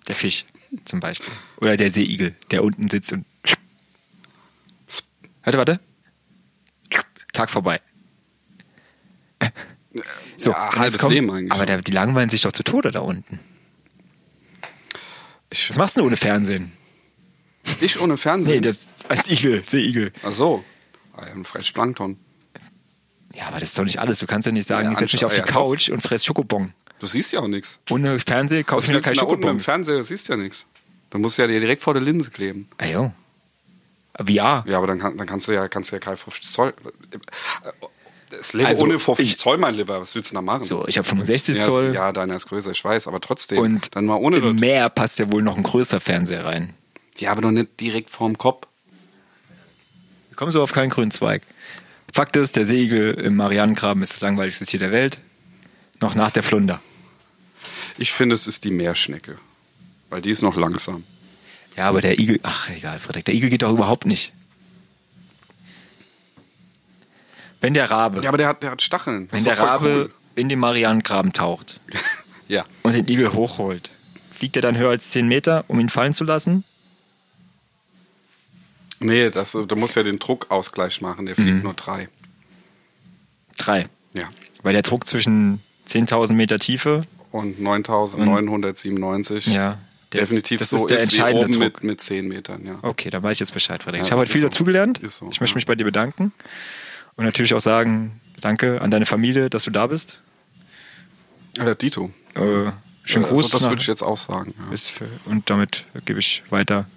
Der Fisch zum Beispiel. Oder der Seeigel, der unten sitzt und. Warte, warte. Tag vorbei. So,
Äh, Ja,
und jetzt
halbes
kommt-
Leben eigentlich.
Aber der, die langweilen sich doch zu Tode da unten.
Ich,
Was machst du denn ohne Fernsehen?
ich ohne Fernsehen.
Nee, das als Igel, Seeigel.
Ach so. Ah, ja, Ein Fressplankton.
Ja, aber das ist doch nicht alles. Du kannst ja nicht sagen,
Ja,
ich setze mich
anschau-
auf die
ja, doch.
Couch und fress Schokobon.
Du siehst ja auch nichts.
Ohne Fernseher kaufst du mir
Du sitzt
kein
da unten
Schokobon.
im Fernseher, du siehst ja nichts. Du musst ja dir direkt vor der Linse kleben.
Ah, jo. Äh, VR.
Ja, aber dann, kann, dann kannst du ja, kannst du ja kein 50 Zoll. Das Leben
Also,
ohne 50
ich-
Zoll, mein Lieber, was willst du da machen?
So, ich habe 65
ja,
Zoll.
ist- ja, deiner ist größer, ich weiß, aber trotzdem.
Und
dann mal ohne.
im
das-
Meer passt ja wohl noch ein größerer Fernseher rein.
Ja, aber doch nicht direkt vorm Kopf.
Wir kommen so auf keinen grünen Zweig. Fakt ist, der Seeigel im Marianengraben ist das langweiligste Tier der Welt. Noch nach der Flunder.
Ich finde, es ist die Meerschnecke. Weil die ist noch langsam.
Ja, aber der Igel, ach egal, Frederik, der Igel geht doch überhaupt nicht. Wenn der Rabe,
Ja, aber der hat, der hat Stacheln.
wenn
Ist
der
doch voll
Rabe
cool.
in den Marianengraben taucht,
Ja.
und den Igel hochholt. Fliegt er dann höher als 10 Meter, um ihn fallen zu lassen?
Nee, das, du musst ja den Druckausgleich machen, der
Mhm.
fliegt nur drei.
Drei.
Ja.
Weil der Druck zwischen 10.000 Meter Tiefe,
Und 9997.
Ja. Der ist-
definitiv
das
so
ist der entscheidende
wie oben
Druck.
mit, mit 10 Metern, ja.
okay, dann weiß ich jetzt Bescheid, Frederik.
Ja,
ich habe heute
das ist
viel
so.
dazugelernt.
Ist so,
ich möchte
ja.
mich bei dir bedanken. Und natürlich auch sagen, danke an deine Familie, dass du da bist. Oh.
Äh, Dito.
Äh, schönen
Äh,
Gruß.
So, das
nach-
würde ich jetzt auch sagen. Ja.
bis- Und damit gebe ich weiter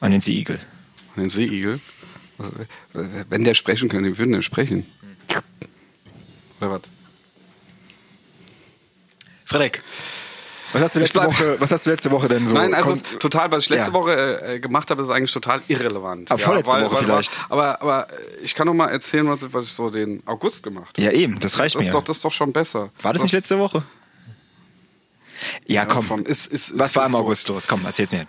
an den Seeigel.
Den Seeigel. Also, äh, Wenn der sprechen könnte, wie würden der sprechen? Oder was?
Frederik, was hast du letzte,
bleib-
Woche, was hast du letzte Woche denn so?
Nein, also
kon-
es ist total, was ich letzte
Ja.
Woche äh, äh, gemacht habe, ist eigentlich total irrelevant.
Aber vorletzte Woche vielleicht.
Aber, aber äh, ich kann noch mal erzählen, was, was ich so den August gemacht habe.
ja, eben, das reicht
Das,
mir.
ist doch, das ist doch schon besser.
War das nicht letzte Woche? Ja, komm.
komm, ist- ist-
Was
ist-
war
ist
im
gut.
August los? Komm, erzähl's mir.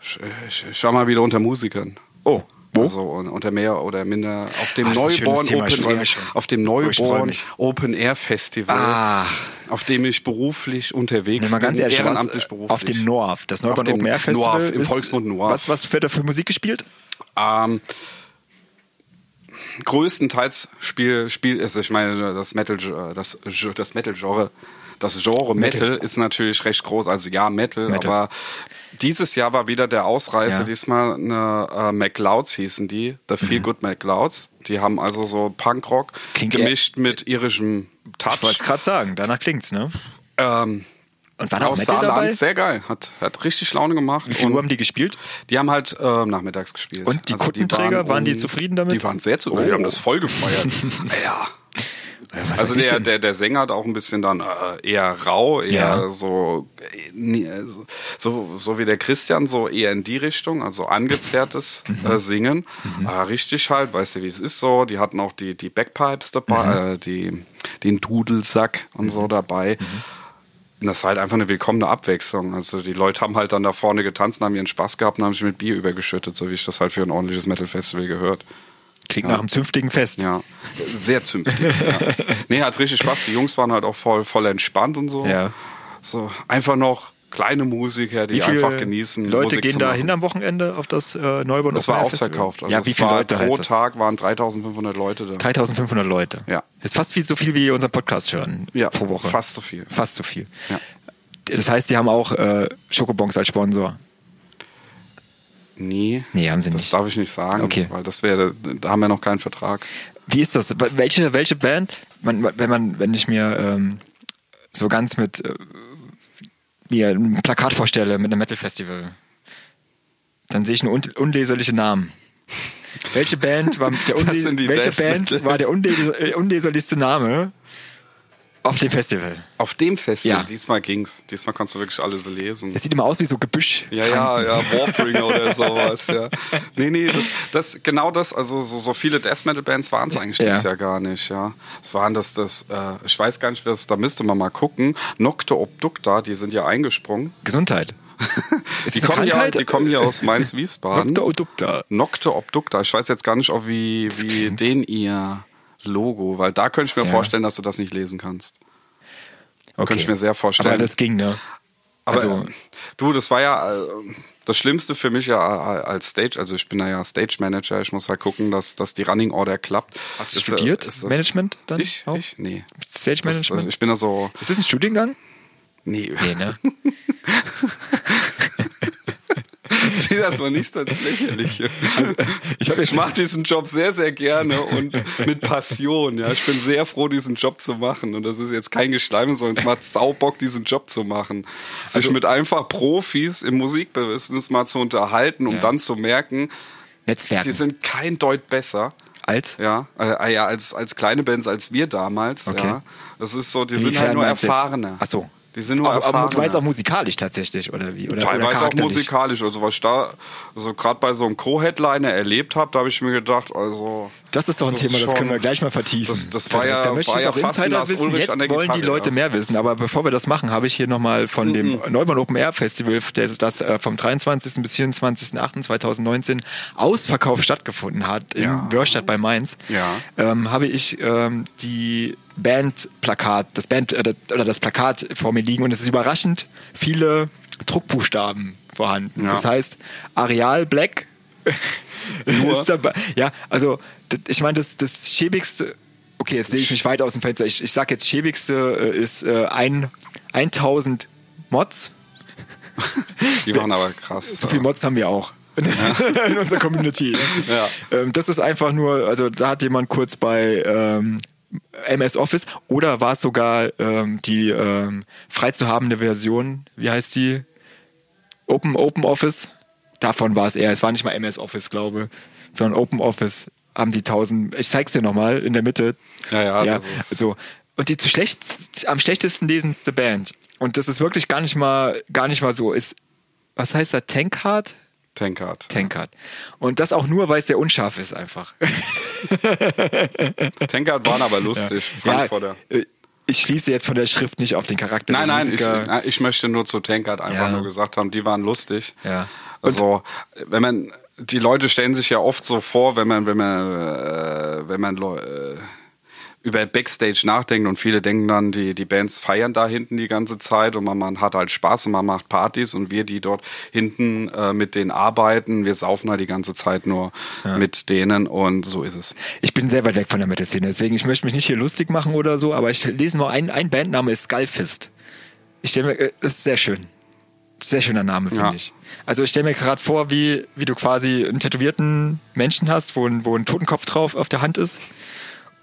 Ich, ich, ich war mal wieder unter Musikern.
Oh, wo?
Also un- unter mehr oder minder auf dem
Ah, das ist ein schönes
Neuborn
Thema, ich
Open
freu
Air,
mich schon.
auf dem
Oh, ich freu
Neuborn
mich.
Open Air Festival,
Ah.
auf dem ich beruflich unterwegs
Nee, mal ganz
bin,
ehrlich, du warst,
ehrenamtlich
äh,
beruflich.
auf dem Noav, das
Auf
Neuborn
dem
Open Air Festival.
Noav, im
ist-
Volksmund Noav.
Was, was wird da für Musik gespielt?
ähm, größtenteils Spiel, Spiel ist, ich meine, das Metal, äh, das, das Metal-Genre, das Genre Metal.
Metal.
ist natürlich recht groß. Also ja, Metal,
Metal.
aber dieses Jahr war wieder der Ausreißer.
Ja. Mhm.
Diesmal eine äh, McLeods hießen die, The Feel Good McLeods. Die haben also so Punkrock
Klingt
gemischt mit irischem
Ich wollte
Touch.
es gerade sagen, danach klingt's, ne?
Ähm,
Und war da auch
aus
Metal
Saarland,
dabei?
sehr geil. Hat, hat richtig Laune gemacht.
Wie viel Uhr
Und
haben die gespielt?
die haben halt äh, nachmittags gespielt. Also
Und die Kuttenträger, waren die zufrieden damit?
um Die waren sehr zufrieden. Die
Oh.
haben das voll gefeiert. ja.
Äh, was
Also
weiß ich
der,
denn?
der, der Sänger hat auch ein bisschen dann äh, eher rau, eher
Ja.
so, äh, nie- äh, so, so wie der Christian, so eher in die Richtung, also angezerrtes äh, Singen. Äh, richtig halt, weißt du, wie es ist so. Die hatten auch die, die Backpipes dabei, äh, die, den Dudelsack und so dabei. Und das war halt einfach eine willkommene Abwechslung. Also die Leute haben halt dann da vorne getanzt, und haben ihren Spaß gehabt und haben sich mit Bier übergeschüttet, so wie ich das halt für ein ordentliches Metal-Festival gehört.
Klingt nach einem zünftigen Fest.
Ja, sehr zünftig. ja. Nee, hat richtig Spaß. Die Jungs waren halt auch voll, voll entspannt und so.
Ja.
So einfach noch kleine Musiker, die
Wie viele
einfach genießen.
Leute
Musik zu
gehen da
machen.
hin am Wochenende auf das äh, Neubau?
Das war ausverkauft. Also
ja, wie
es
viele
war,
Leute
pro
heißt das?
Tag waren 3500 Leute da.
3500 Leute.
Ja.
Ist fast wie so viel, wie unseren Podcast hören
Ja,
pro Woche.
fast so viel.
Fast so viel.
Ja.
Das heißt, die haben auch äh, Schokobons als Sponsor.
Nee.
Nee, haben sie
das
nicht.
darf ich nicht sagen,
Okay.
weil das wäre, da haben wir noch keinen Vertrag.
Wie ist das? Welche, welche Band, man, wenn man, wenn ich mir ähm, so ganz mit äh, mir ein Plakat vorstelle mit einem Metal Festival, dann sehe ich nur un unleserliche Namen. Welche Band war der,
Das
unles
sind die
welche
Death
Band
Metal.
war der unles äh, unleserlichste Name auf dem Festival?
Auf dem Festival,
Ja.
diesmal ging's. Diesmal konntest du wirklich alles lesen.
Das sieht immer aus wie so Gebüsch.
Ja, ja, ja, Warbringer oder sowas, ja. Nee, nee, das, das, genau das, also so, so viele Death Metal Bands waren es eigentlich
Ja.
dieses Jahr gar nicht, ja. Es waren das, das, äh, ich weiß gar nicht, wer es, da müsste man mal gucken. Nocte Obducta, die sind ja eingesprungen.
Gesundheit.
die,
das eine
kommen ja,
Krankheit?
die kommen ja aus Mainz-Wiesbaden.
Dupta und Dupta.
Nocte Obducta, ich weiß jetzt gar nicht, ob wie, wie
klingt-
den ihr Logo, weil da könnte ich mir
Ja.
vorstellen, dass du das nicht lesen kannst. Könnte ich mir sehr vorstellen.
Aber das ging, ne?
Aber
Also-
äh, du, das war ja äh, das Schlimmste für mich ja äh, als Stage, also ich bin da ja Stage Manager, ich muss halt gucken, dass, dass die Running Order klappt.
Hast du
Ist, äh,
studiert?
ist das-
Management dann
Ich?
auch?
ich? Nee.
Stage
Das, also
Management?
ich bin da so,
Ist das ein Studiengang?
nee.
ne?
Sieh das mal nicht so ins Lächerliche.
ich hab jetzt-
ich mache diesen Job sehr, sehr gerne und mit Passion. Ja, ich bin sehr froh, diesen Job zu machen. Und das ist jetzt kein Geschleim, sondern es macht saubock, diesen Job zu machen. Sich
Also
mit einfach Profis im Musikbusiness mal zu unterhalten, um
Ja.
dann zu merken, die
Netzwerken.
sind kein Deut besser.
Als?
Ja, äh, ah ja als, als kleine Bands, als wir damals.
Okay.
Ja. Das ist so, die sind
Inwiefern
halt nur
meinst du jetzt?
erfahrener.
Ach so.
Die sind nur
aber, aber du
erfahrener.
meinst auch musikalisch tatsächlich, oder wie? Oder, oder
Teilweise auch
charakterlich?
musikalisch. Also was ich da, also gerade bei so einem Co-Headliner erlebt habe, da habe ich mir gedacht, also.
Das ist doch ein
Das
Thema,
ist
das können
schon-
wir gleich mal vertiefen.
Das- das war ja-
da möchte
war
ich
ja
jetzt auch
fast ein
Insider
Lars
wissen.
Ulrich
Jetzt
an der
wollen die
Gitarre,
Leute
ja.
mehr wissen. Aber bevor wir das machen, habe ich hier nochmal von dem Neumann Open Air Festival, der das äh, vom 23. bis 24.08.2019 Ausverkauf stattgefunden hat in
Ja.
Wörstadt bei Mainz,
Ja.
ähm, habe ich ähm, die Bandplakat, das Band äh, das, oder das Plakat vor mir liegen und es ist überraschend viele Druckbuchstaben vorhanden.
Ja.
Das heißt Areal Black
Nur?
ist dabei. Ja, also d- ich meine, das, das schäbigste, okay, jetzt lehne ich mich weit aus dem Fenster. Ich, ich sag jetzt, schäbigste äh, ist äh, ein, 1000 Mods.
Die waren aber krass.
So viel Mods haben wir auch. in unserer Community.
Ja.
Ähm, das ist einfach nur, also da hat jemand kurz bei ähm, MS Office oder war es sogar ähm, die ähm, frei zu habende Version, wie heißt die? Open, Open Office. Davon war es eher. Es war nicht mal MS Office, glaube sondern Open Office. Haben die 1000, ich zeig's dir nochmal, in der Mitte.
Ja, ja,
ja
das ist-
so. Und die zu schlecht, am schlechtesten lesendste Band. Und das ist wirklich gar nicht mal, gar nicht mal so. Ist, was heißt da? Tankard?
Tankard.
Tankard. Und das auch nur, weil es sehr unscharf ist, einfach.
Tankard waren aber lustig. Frankfurter.
Ja, äh, ich schließe jetzt von der Schrift nicht auf den Charakter.
Nein,
der
nein, ich, äh,
Musiker.
nein, ich möchte nur zu Tankard einfach
Ja.
nur gesagt haben, die waren lustig.
Ja.
Also, wenn man, die Leute stellen sich ja oft so vor, wenn man, wenn man, äh, wenn man Leu- äh, über Backstage nachdenken und viele denken dann, die, die Bands feiern da hinten die ganze Zeit und man, man hat halt Spaß und man macht Partys und wir, die dort hinten äh, mit denen arbeiten, wir saufen halt die ganze Zeit nur mit denen und so ist es.
Ich bin sehr weit weg von der Metal-Szene, deswegen ich möchte mich nicht hier lustig machen oder so, aber ich lese mal ein, ein Bandname ist Skullfist. Ich stelle mir, äh, das ist sehr schön. Sehr schöner Name, finde
Ja.
ich. Also ich stelle mir gerade vor, wie, wie du quasi einen tätowierten Menschen hast, wo ein, wo ein Totenkopf drauf auf der Hand ist.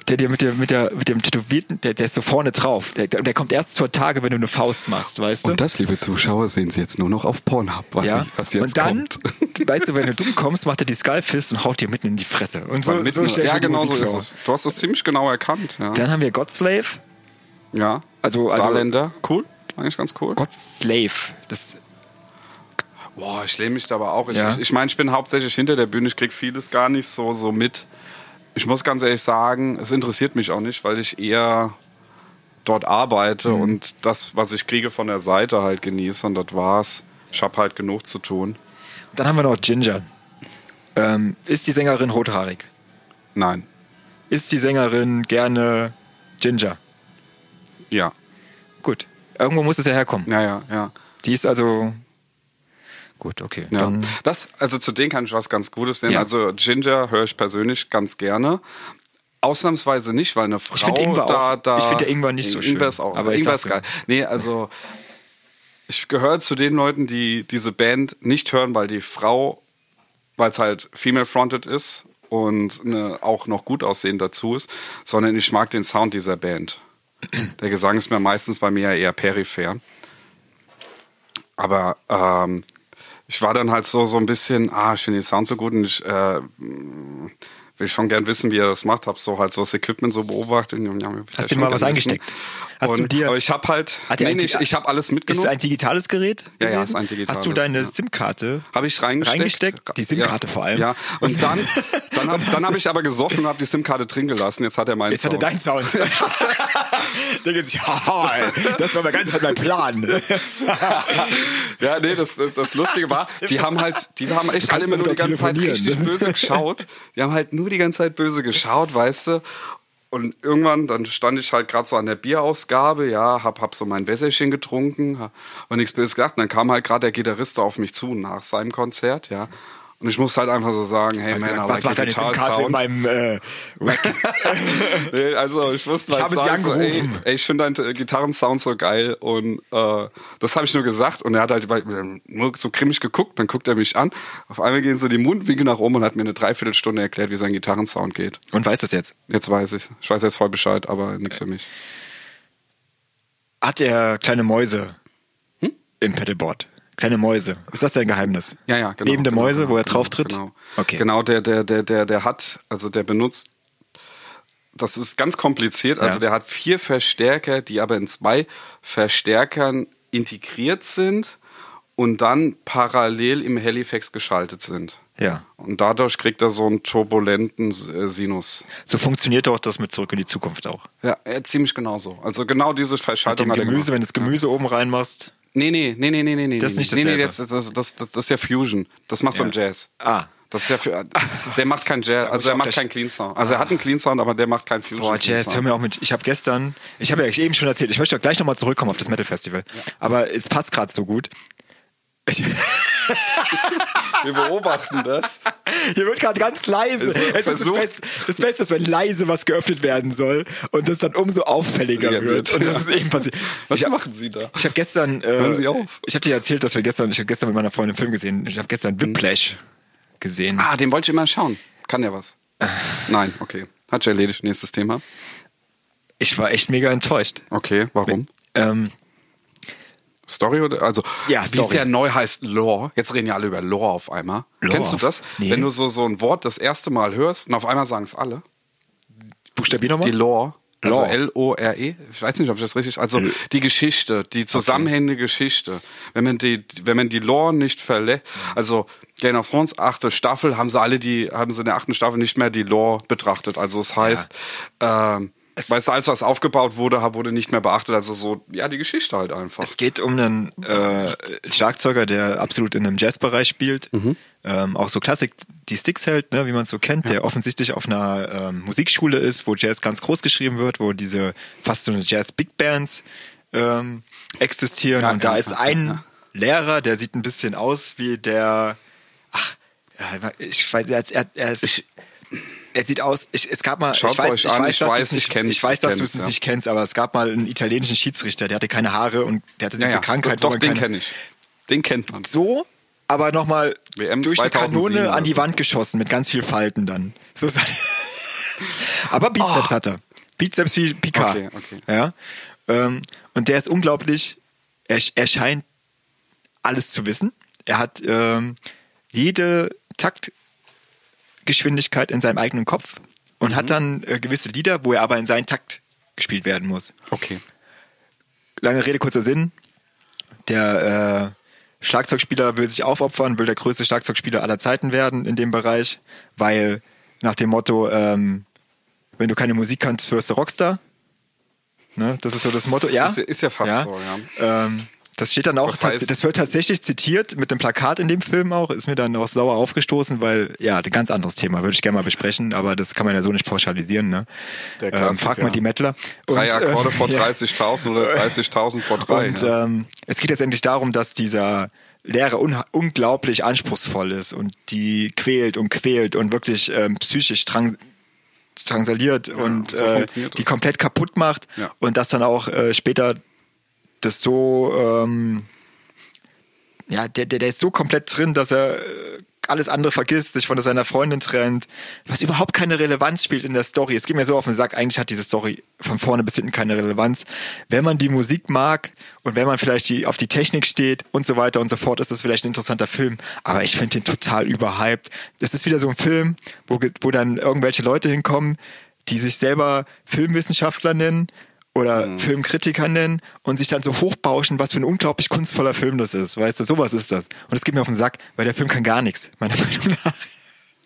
Der dir mit, der, mit, der, mit dem Tätowierten, der, der ist so vorne drauf. Der, der der kommt erst zur Tage, wenn du eine Faust machst, weißt du?
Und das, liebe Zuschauer, sehen Sie jetzt nur noch auf Pornhub, was,
ja.
ich, was jetzt
und dann,
kommt.
weißt du, wenn du dumm kommst, macht er die Skullfist und haut dir mitten in die Fresse. Und so,
Mitten-
so stell ich
ja,
mir die
genau so
Musik
ist
vor.
es. Du hast es ziemlich genau erkannt. Ja.
Dann haben wir Godslave.
ja.
Also- also-
Saarländer, cool. Eigentlich ganz cool.
Godslave. Das,
Boah, ich lehne mich dabei auch. Ich,
Ja.
ich, ich meine, ich bin hauptsächlich hinter der Bühne. Ich krieg vieles gar nicht so, so mit. Ich muss ganz ehrlich sagen, es interessiert mich auch nicht, weil ich eher dort arbeite
Mhm.
und das, was ich kriege von der Seite halt genieße und das war's. Ich habe halt genug zu tun.
dann haben wir noch Ginger. Ähm, ist die Sängerin rothaarig?
Nein,
Ist die Sängerin gerne Ginger?
ja,
Gut. Irgendwo muss es ja herkommen.
ja, ja, ja.
Die ist also. Gut, okay.
Ja.
Dann,
Das, also zu denen kann ich was ganz Gutes nennen.
Ja.
Also Ginger höre ich persönlich ganz gerne. Ausnahmsweise nicht, weil eine Frau
finde Ingwer
da,
auch-
da.
ich finde Ingwer nicht so schön.
Ingwer ist auch.
Aber ich
Ingwer
sag's
ist geil. Nee, also ich gehöre zu den Leuten, die diese Band nicht hören, weil die Frau, weil es halt female fronted ist und eine, auch noch gut aussehen dazu ist, sondern ich mag den Sound dieser Band. Der Gesang ist mir meistens bei mir eher peripher. Aber ähm, ich war dann halt so, so ein bisschen, ah, ich finde den Sound so gut und ich äh, mh, will schon gern wissen, wie er das macht. Hab so halt so das Equipment so beobachtet. Ja, will ich
Hast du
schon
mal
gern
was
wissen.
eingesteckt? Hast
und,
du dir-
aber ich habe halt,
Hat die
nee,
ein-
nee, ich, ich habe alles
ist es
mitgenommen.
ein digitales Gerät?
Ja, ja,
gewesen?
ist ein digitales,
Hast du deine
ja.
SIM-Karte?
Habe ich reingesteckt.
reingesteckt? Die SIM-Karte
ja.
vor allem.
Ja, und dann, dann habe dann hab ich aber gesoffen und habe die SIM-Karte drin gelassen. Jetzt hat er meinen
Jetzt hatte
Sound.
dein Sound. Denke sich, haha, ey, das war mein ganz mein Plan.
ja, nee, das, das, das Lustige war, die haben halt, die haben echt alle
kannst
immer
doch
nur die
da
ganze Zeit
telefonieren.
richtig böse geschaut. Die haben halt nur die ganze Zeit böse geschaut, weißt du. Und irgendwann, dann stand ich halt gerade so an der Bierausgabe, ja, hab, hab so mein Wässerchen getrunken, hab aber nichts Böses gedacht. Und dann kam halt gerade der Gitarrist auf mich zu nach seinem Konzert, ja. Und ich muss halt einfach so sagen, hey, man, I like
Was
your
macht deine
guitar
SIM-Karte in
sound.
meinem äh, Rack?
Nee, also ich wusste
Ich
mal
habe sie
sagen, so, ey,
angerufen.
ey, ich finde deinen äh, Gitarrensound so geil und äh, das habe ich nur gesagt und er hat halt über- nur so grimmig geguckt, dann guckt er mich an, auf einmal gehen so die Mundwinkel nach oben und hat mir eine Dreiviertelstunde erklärt, wie sein Gitarrensound geht.
Und weiß das jetzt?
Jetzt weiß ich, ich weiß jetzt voll Bescheid, aber nichts für mich.
Hat er kleine Mäuse im Pedalboard? Kleine Mäuse. Ist das dein Geheimnis?
Hm? Ja, ja, genau.
Lebende
genau,
Mäuse,
genau,
wo er
genau,
drauf tritt?
Genau.
Okay.
Genau, der, der, der, der, der hat, also der benutzt, das ist ganz kompliziert, also
Ja.
der hat vier Verstärker, die aber in zwei Verstärkern integriert sind und dann parallel im Halifax geschaltet sind.
Ja.
Und dadurch kriegt er so einen turbulenten äh, Sinus.
So funktioniert doch das mit Zurück in die Zukunft auch.
Ja, äh, ziemlich genau so. Also genau diese Verschaltung
Dem
hat er
Gemüse,
gemacht.
wenn du das Gemüse oben reinmachst.
Nee, nee, nee, nee, nee, nee, nee.
Das ist nicht
nee, nee, das,
dasselbe.
das, das, das, das ist ja Fusion. Das machst du
Ja.
im Jazz.
Ah.
Das ist ja für, der macht keinen Jazz, also
ich
er
auch
macht
gleich-
keinen Clean Sound. Also er hat einen Clean Sound, aber der macht keinen Fusion.
Boah,
Clean
Jazz,
Sound.
hör mir auch mit. Ich habe gestern, ich habe ja eben schon erzählt, ich möchte doch gleich nochmal zurückkommen auf das Metal Festival. Aber es passt gerade so gut. Ich,
Wir beobachten das.
Hier wird gerade ganz leise. Es ist das,
versucht-
Best, das Beste, ist, wenn leise was geöffnet werden soll und das dann umso auffälliger
Ja,
wird.
wird.
Und das ist eben passiert.
Was
ich hab-
machen Sie da?
Ich habe gestern. Äh,
Hören Sie auf.
Ich habe dir erzählt, dass wir gestern, ich habe gestern mit meiner Freundin einen Film gesehen. Ich habe
Mhm.
gestern Whiplash gesehen.
Ah, den wollte ich immer schauen. Kann der was? Nein, okay. Hat sich erledigt. Nächstes Thema.
Ich war echt mega enttäuscht.
Okay, warum?
Ähm,
Story oder also
Ja,
wie es
Story.
ja neu heißt Lore. Jetzt reden ja alle über Lore auf einmal.
Lore.
Kennst du das?
Nee.
Wenn du so so ein Wort das erste Mal hörst und auf einmal sagen es alle.
buchstabier nochmal.
Die Lore. Also
Lore. Äh.
L-O-R-E. E. Ich weiß nicht, ob ich das richtig. Also die Geschichte, die zusammenhängende Geschichte. Wenn man die, wenn man die Lore nicht verlässt, also Game of Thrones achte Staffel haben sie alle die, haben sie in der achten Staffel nicht mehr die Lore betrachtet. Also es heißt ähm,
Es-
weißt du, alles, was aufgebaut wurde, hab- wurde nicht mehr beachtet. Also so, ja, die Geschichte halt einfach.
Es geht um einen äh, Schlagzeuger, der absolut in einem Jazzbereich spielt.
Mhm.
Ähm, auch so Klassik, die Sticks hält, ne, wie man es so kennt, der offensichtlich auf einer ähm, Musikschule ist, wo Jazz ganz groß geschrieben wird, wo diese fast so eine Jazz-Big Bands ähm, existieren.
Ja,
Und
ja,
da
ja,
ist
ja,
ein
ja.
Lehrer, der sieht ein bisschen aus wie der. Ach, ja, ich weiß, er, er, er ist. er sieht aus, ich, es gab mal,
Schaut's
ich weiß,
euch
ich
an,
weiß,
ich
dass
weiß,
du's
ich
nicht,
kenn's,
ich weiß,
ich
dass du
kenn's,
es
ja.
nicht kennst, aber es gab mal einen italienischen Schiedsrichter, der hatte keine Haare und der hatte diese Krankheit. wo
doch,
man
den
keine-
kenne ich. Den kennt man.
So, aber nochmal
WM
durch eine
2007
Kanone an
oder
die
so.
Wand geschossen mit ganz viel Falten dann. So sah Aber Bizeps hat er. Bizeps wie Picard.
Oh. Okay, okay.
Ja? Ähm, und der ist unglaublich, er, sch- er scheint alles zu wissen. Er hat ähm, jede Taktgeschwindigkeit in seinem eigenen Kopf und
Mhm.
hat dann äh, gewisse Lieder, wo er aber in seinen Takt gespielt werden muss
Okay.
lange Rede, kurzer Sinn. Der äh, Schlagzeugspieler will sich aufopfern, will der größte Schlagzeugspieler aller Zeiten werden in dem Bereich, weil nach dem Motto, ähm, wenn du keine Musik kannst, wirst du Rockstar. Ne? Das ist so das Motto. Ja,
Ist ja- ist ja fast so,
ja. Ähm, das steht dann auch,
Das heißt-
tats- das wird tatsächlich zitiert mit einem Plakat in dem Film auch, ist mir dann auch sauer aufgestoßen, weil, ja, ein ganz anderes Thema, würde ich gerne mal besprechen, aber das kann man ja so nicht pauschalisieren, ne?
Der
ähm,
Klassiker.
frag mal die Mettler.
Drei
Und, äh,
Akkorde vor
ja.
30.000 oder 30.000 vor drei.
Und
ja.
ähm, es geht letztendlich darum, dass dieser Lehrer unha- unglaublich anspruchsvoll ist und die quält und quält und wirklich ähm, psychisch drang drangsaliert und
so
äh,
funktioniert das.
die komplett kaputt macht
Ja.
und dass dann auch äh, später das so ähm, ja der, der der ist so komplett drin, dass er äh, alles andere vergisst, sich von seiner Freundin trennt, was überhaupt keine Relevanz spielt in der Story. Es geht mir so auf den Sack, eigentlich hat diese Story von vorne bis hinten keine Relevanz. Wenn man die Musik mag und wenn man vielleicht die, auf die Technik steht und so weiter und so fort, ist das vielleicht ein interessanter Film. Aber ich finde den total überhyped. Das ist wieder so ein Film, wo, ge- wo dann irgendwelche Leute hinkommen, die sich selber Filmwissenschaftler nennen oder
Mhm.
Filmkritiker nennen und sich dann so hochbauschen, was für ein unglaublich kunstvoller Film das ist. Weißt du, sowas ist das. Und es geht mir auf den Sack, weil der Film kann gar nichts, meiner Meinung nach.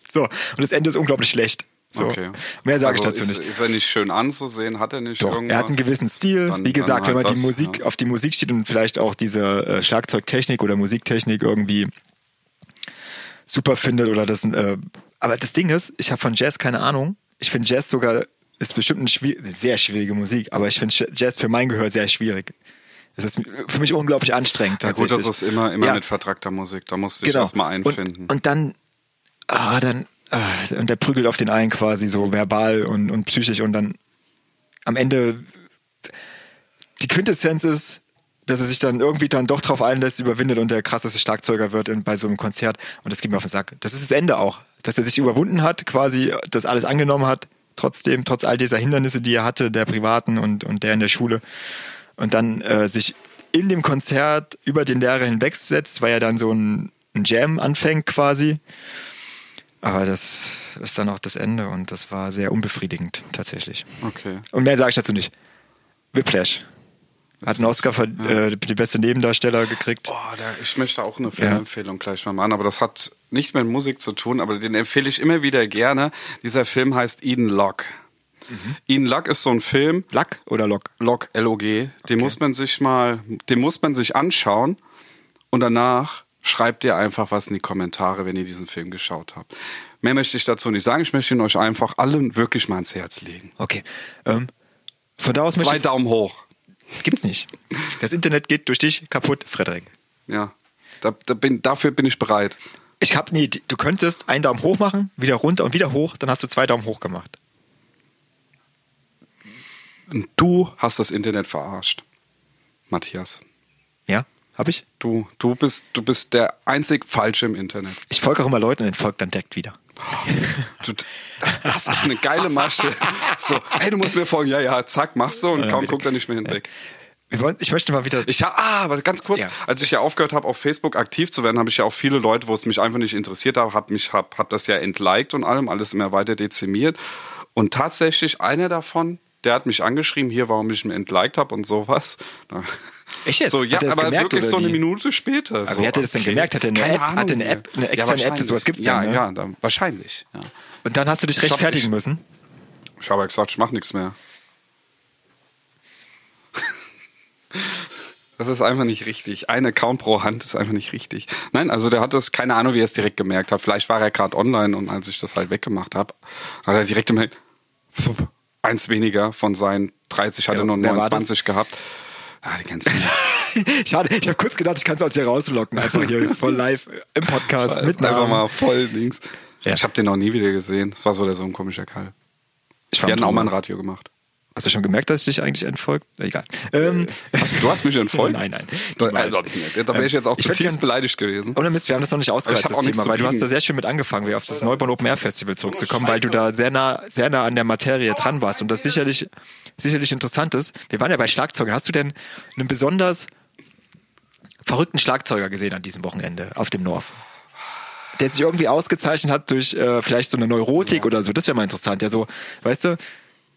So, und das Ende ist unglaublich schlecht. So.
Okay.
Mehr sage ich
Also
dazu
ist,
nicht.
Ist er nicht schön anzusehen? Hat er nicht
Doch,
irgendwas?
er hat einen gewissen Stil.
Dann-
Wie gesagt,
dann
wenn man
halt
die
das,
Musik
ja.
auf die Musik steht und vielleicht auch diese äh, Schlagzeugtechnik oder Musiktechnik irgendwie super findet oder das. Äh, aber das Ding ist, ich habe von Jazz keine Ahnung. Ich finde Jazz sogar ist bestimmt eine schwier sehr schwierige Musik, aber ich finde Jazz für mein Gehör sehr schwierig. Es ist für mich unglaublich anstrengend.
Ja, gut, das ist
tatsächlich.
immer, immer
Ja. genau.
mit vertragter Musik. Da musst du dich erstmal einfinden.
Und, und dann, ah, dann, ah, und der prügelt auf den einen quasi so verbal und, und psychisch und dann am Ende die Quintessenz ist, dass er sich dann irgendwie dann doch drauf einlässt, überwindet und der krasseste Schlagzeuger wird in, bei so einem Konzert. Und das geht mir auf den Sack. Das ist das Ende auch. Dass er sich überwunden hat, quasi das alles angenommen hat, trotzdem, trotz all dieser Hindernisse, die er hatte, der privaten und, und der in der Schule. Und dann äh, sich in dem Konzert über den Lehrer hinwegsetzt, weil er dann so ein, ein Jam anfängt quasi. Aber das ist dann auch das Ende und das war sehr unbefriedigend tatsächlich.
okay.
Und mehr sage ich dazu nicht. Whiplash. Hat einen Oscar für äh, die beste Nebendarsteller gekriegt.
Boah, da, ich möchte auch eine Filmempfehlung gleich mal machen, aber das hat nicht mit Musik zu tun, aber den empfehle ich immer wieder gerne. Dieser Film heißt Eden Lock.
Mhm.
Eden Lock ist so ein Film,
Lack oder Lock?
Log LOG, den muss man sich mal, den muss man sich anschauen und danach schreibt ihr einfach was in die Kommentare, wenn ihr diesen Film geschaut habt. Mehr möchte ich dazu nicht sagen, ich möchte ihn euch einfach allen wirklich mal ans Herz legen.
Okay. Ähm, von da aus
Zwei
möchte
Daumen hoch.
ich, gibt's nicht. Das Internet geht durch dich kaputt, Frederik.
Ja. Da, da bin, dafür bin ich bereit.
Ich hab nie, du könntest einen Daumen hoch machen, wieder runter und wieder hoch, dann hast du zwei Daumen hoch gemacht.
Und du hast das Internet verarscht. Matthias.
Ja? Hab ich?
Du, du bist, du bist der einzig Falsche im Internet.
Ich folge auch immer Leuten und folge dann direkt wieder.
Du, das, das ist eine geile Masche. So, hey, du musst mir folgen. Ja, ja, zack, machst du und kaum guckt er nicht mehr hinweg.
Wir wollen, ich möchte mal wieder.
Ich habe, ah, aber ganz kurz,
Ja.
als ich ja aufgehört habe, auf Facebook aktiv zu werden, habe ich ja auch viele Leute, wo es mich einfach nicht interessiert hat, habe mich, hab, hab das ja entliked und allem, alles immer weiter dezimiert. Und tatsächlich einer davon, der hat mich angeschrieben, hier, warum ich ihn entliked habe und sowas.
Echt jetzt?
So,
Hat
ja,
er das
aber
gemerkt
wirklich
oder
so eine
wie?
Minute später.
Aber
so,
wie hat er das denn gemerkt? Hat er eine
Keine
App- hat er eine
Ahnung
App- eine
mehr.
externe App?
wahrscheinlich.
Sowas gibt's ja,
ja.
ne?
Ja, dann, wahrscheinlich. Ja.
Und dann hast du dich
hab
rechtfertigen
ich-
müssen.
Ich habe ja gesagt, ich mache nichts mehr. Das ist einfach nicht richtig. Ein Account pro Hand ist einfach nicht richtig. Nein, also der hat das, keine Ahnung, wie er es direkt gemerkt hat. Vielleicht war er gerade online und als ich das halt weggemacht habe, hat er direkt gemerkt, pf, eins weniger von seinen 30, hatte
Ja,
nur
wer war
29 gehabt. Ah, die kennst du nicht.
Schade, ich habe kurz gedacht, ich kann es aus dir rauslocken, einfach hier voll live im Podcast mit
Mit einfach
Namen.
mal voll links.
Ja.
Ich habe den noch nie wieder gesehen. Das war so der so ein komischer Kerl.
Ich
Wir
fand-
hatten auch mal ein Radio gemacht.
Hast du schon gemerkt, dass ich dich eigentlich entfolgt? Egal. Ähm,
Äh, Hast, du hast mich entfolgt?
Nein, nein. ähm,
Da, also, da wäre ich jetzt auch
Ich würd
zutiefst
gern-
beleidigt gewesen.
Ohne Mist, wir haben das noch nicht ausgereizt,
hab
das
auch nichts
Thema,
Oh, zu
weil du hast
bieten.
da sehr schön mit angefangen, wieder auf das Neuborn Open Air Festival zurückzukommen, weil du da sehr nah, sehr nah an der Materie dran warst und das sicherlich, sicherlich interessant ist. Wir waren ja bei Schlagzeugern. Hast du denn einen besonders verrückten Schlagzeuger gesehen an diesem Wochenende auf dem North? Der sich irgendwie ausgezeichnet hat durch äh, vielleicht so eine Neurotik oder so. Das wäre mal interessant. Ja, so, weißt du,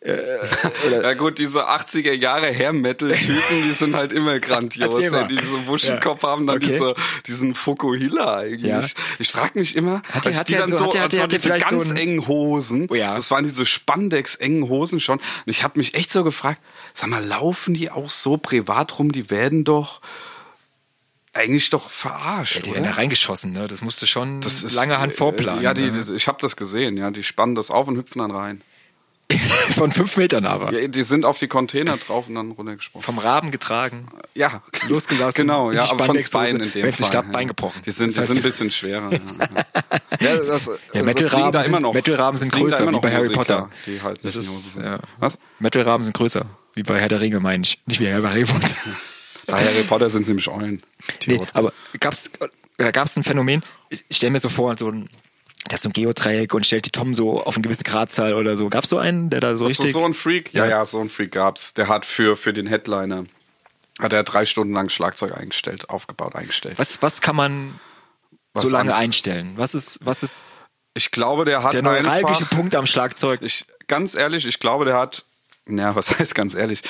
Ja gut, diese 80er Jahre Hair-Metal-Typen, die sind halt immer grandios.
Erzähl mal.
Ey, die so Wuschenkopf
Ja.
haben dann
Okay.
diese, diesen Fukuhila eigentlich.
Ja.
Ich frage mich immer,
Hat der-
als
hat
die
der
dann
so-
so,
hat der-
als
hat
so
der
diese
vielleicht so
ganz
ein-
engen Hosen,
Oh ja.
das waren diese Spandex-engen Hosen schon. Und ich habe mich echt so gefragt, sag mal, laufen die auch so privat rum? Die werden doch eigentlich doch verarscht,
die
oder?
werden da reingeschossen, ne? Das musste schon lange Hand
äh,
vorplanen.
Ja, die,
ne?
die, ich habe das gesehen, ja. Die spannen das auf und hüpfen dann rein.
Von fünf Metern aber.
Ja, die sind auf die Container drauf und dann runtergesprungen.
Vom Raben getragen.
Ja,
Losgelassen.
Genau,
In
ja,
die
aber von
Spandexhose.
Bein in dem
Wenn's nicht
Fall,
klappt,
ja.
Bein gebrochen.
Die sind,
Das
die sind
heißt-
ein bisschen schwerer. Ja, ja. ja, das,
Ja,
liegen da
Metalraben
immer
sind,
noch.
Metalraben sind
das liegen da
größer,
immer
wie
noch
bei Harry
Musiker,
Potter.
Die halt
das
nicht nur
ist,
so sind.
ja.
Was?
Metalraben sind größer, wie bei Herr der Ringe, meine ich. Nicht wie bei Harry Potter.
Bei Harry Potter sind es nämlich Eulen.
nee,
Idioten.
aber gab's, da gab es ein Phänomen, ich stelle mir so vor, so ein, der hat so ein Geodreieck und stellt die Tom so auf eine gewisse Gradzahl oder so. Gab es so einen, der da so
so,
richtig...
so ein Freak? Ja,
Ja.
ja, so ein Freak gab's. Der hat für, für den Headliner hat er drei Stunden lang Schlagzeug eingestellt, aufgebaut, eingestellt.
was, was kann man
Was
so lange
an-
einstellen? Was ist, was ist
Ich glaube, der hat
der neuralgische
einfach...
Punkt am Schlagzeug?
Ich, ganz ehrlich, ich glaube, der hat, naja, was heißt ganz ehrlich?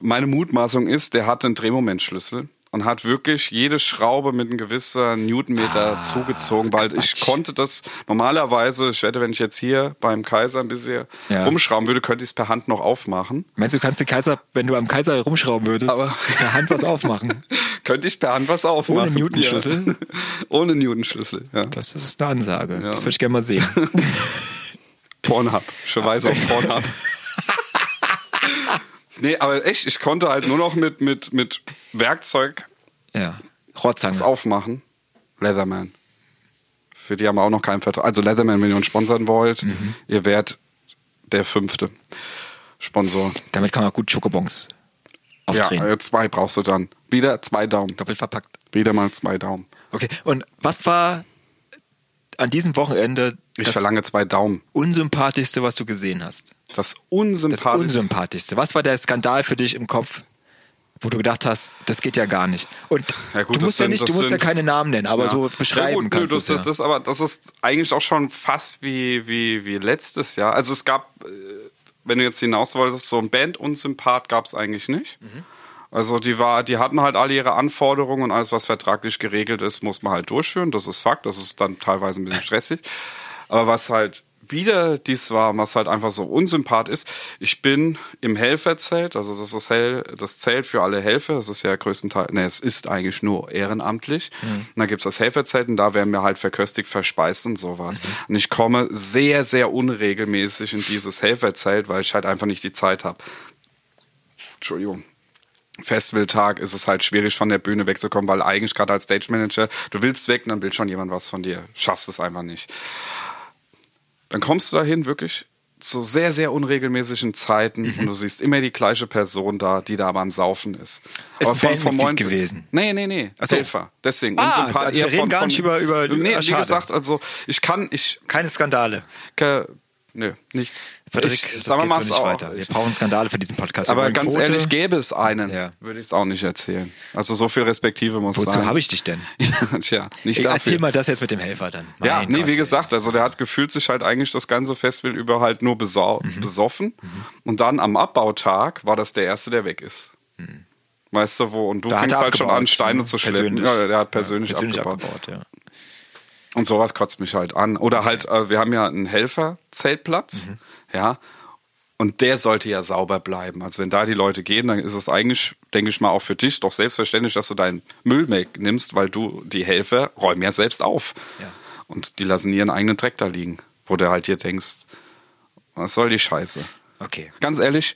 Meine Mutmaßung ist, der hat einen Drehmomentschlüssel und hat wirklich jede Schraube mit einem gewissen
Ah,
Newtonmeter zugezogen, weil ich konnte das normalerweise, ich wette, wenn ich jetzt hier beim Kaiser ein bisschen
Ja.
rumschrauben würde, könnte ich es per Hand noch aufmachen.
Meinst du, kannst du Kaiser, wenn du am Kaiser rumschrauben würdest,
Aber-
per Hand was aufmachen?
könnte ich per Hand was aufmachen.
Ohne Newtonschlüssel?
Ja. Ohne Newtonschlüssel, ja.
Das ist eine Ansage. Das würde ich gerne mal sehen.
Pornhub. Ich verweise auf Pornhub. nee, aber echt, ich konnte halt nur noch mit, mit, mit Werkzeug
ja. Rotzange.
das aufmachen. Leatherman. Für die haben wir auch noch keinen Vertrag. Also Leatherman, wenn ihr uns sponsern wollt,
Mhm.
ihr werdet der fünfte Sponsor.
Damit kann man auch gut Schokobons aufdrehen.
Ja, äh, zwei brauchst du dann. Wieder zwei Daumen.
Doppelt verpackt.
Wieder mal zwei Daumen.
Okay, und was war an diesem Wochenende
Ich
das
verlange zwei Daumen.
Unsympathischste, was du gesehen hast?
Das
Das
unsympathischste.
Unsympathischste. Was war der Skandal für dich im Kopf, wo du gedacht hast, das geht ja gar nicht? Und
Ja, gut,
du
das
musst ja
sind-
nicht,
das
du musst ja
sind-
keine Namen nennen, aber
Ja.
so beschreiben
Ja, gut, nö,
kannst du
das,
es
ist-
ja.
das, aber das ist eigentlich auch schon fast wie, wie, wie letztes Jahr. Also es gab, äh, wenn du jetzt hinaus wolltest, so ein Band-Unsympath gab es eigentlich nicht.
Mhm.
Also die war, die hatten halt alle ihre Anforderungen und alles, was vertraglich geregelt ist, muss man halt durchführen. Das ist Fakt. Das ist dann teilweise ein bisschen stressig. Aber was halt wieder dies war, was halt einfach so unsympath ist, ich bin im Helferzelt, also das ist Hel das Zelt für alle Helfer, das ist ja größtenteils, ne, es ist eigentlich nur ehrenamtlich. Und da gibt es das Helferzelt und da werden wir halt verköstigt, verspeist und sowas. Und ich komme sehr, sehr unregelmäßig in dieses Helferzelt, weil ich halt einfach nicht die Zeit habe. Entschuldigung. Festivaltag ist es halt schwierig, von der Bühne wegzukommen, weil eigentlich gerade als Stage Manager, du willst weg und dann will schon jemand was von dir. Schaffst es einfach nicht. Dann kommst du dahin wirklich zu sehr, sehr unregelmäßigen Zeiten und
Mhm.
du siehst immer die gleiche Person da, die da aber am Saufen ist.
Ist
Aber
ein Bandmitglied gewesen?
Nee, nee, nee.
Ach so.
Helfer. Deswegen.
Ah,
unsympath-
also wir
eher Äh,
reden gar nicht über- über-
nee,
ah,
wie
schade.
gesagt, also ich kann, ich,
Keine Skandale.
ke- nö, nichts.
Patrick,
ich,
das
sagen wir
geht so
mal, es
nicht
auch-
weiter. Wir
ich-
brauchen Skandale für diesen Podcast. Wir
aber
wollen
ganz
Quote.
ehrlich, gäbe es einen,
Ja.
würde ich es auch nicht erzählen. Also so viel Respektive muss
Wozu
sein.
habe ich dich denn?
Tja, nicht
Ey, erzähl
dafür.
mal das jetzt mit dem Helfer dann.
Ja,
Mein
nee,
Gott,
wie
ey.
gesagt, also der hat gefühlt sich halt eigentlich das ganze Festival über halt nur besau
Mhm.
besoffen. Und dann am Abbautag war das der Erste, der weg ist. Weißt du wo? Und du
Mhm. Da hat
fingst
er
halt schon
abgebaut,
an, Steine
ne?
zu schleppen.
Persönlich.
Ja, der hat persönlich,
persönlich
abgebaut.
abgebaut. ja.
Und
Mhm.
sowas kotzt mich halt an. Oder halt, äh, wir haben ja einen Helfer-Zeltplatz, ja. Und der sollte ja sauber bleiben. Also wenn da die Leute gehen, dann ist es eigentlich, denke ich mal, auch für dich doch selbstverständlich, dass du deinen Müll wegnimmst, weil du die Helfer räumen ja selbst auf.
Ja.
Und die lassen ihren eigenen Dreck da liegen, wo du halt hier denkst, was soll die Scheiße?
Okay.
Ganz ehrlich,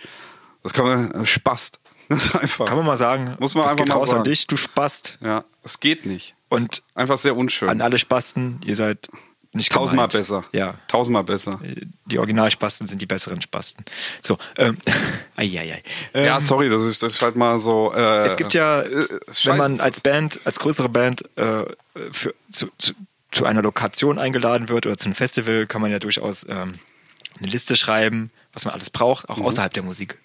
das kann man, das spaßt. Das ist einfach.
Kann man mal sagen,
Muss man
das
einfach
geht
mal
raus an
sagen.
dich, du spast.
Ja, es geht nicht.
Und
Es ist einfach sehr unschön.
An alle Spasten, ihr seid nicht
Tausendmal
gemeint.
besser.
Ja.
Tausendmal besser.
Die Originalspasten sind die besseren Spasten. So, ähm, eieiei. Ähm,
ja, sorry, das ist, das ist halt mal so. Äh,
Es gibt ja,
äh,
wenn man
Scheiße.
als Band, als größere Band äh, für, zu, zu, zu einer Lokation eingeladen wird oder zu einem Festival, kann man ja durchaus ähm, eine Liste schreiben, was man alles braucht, auch außerhalb der Musik.
Mhm.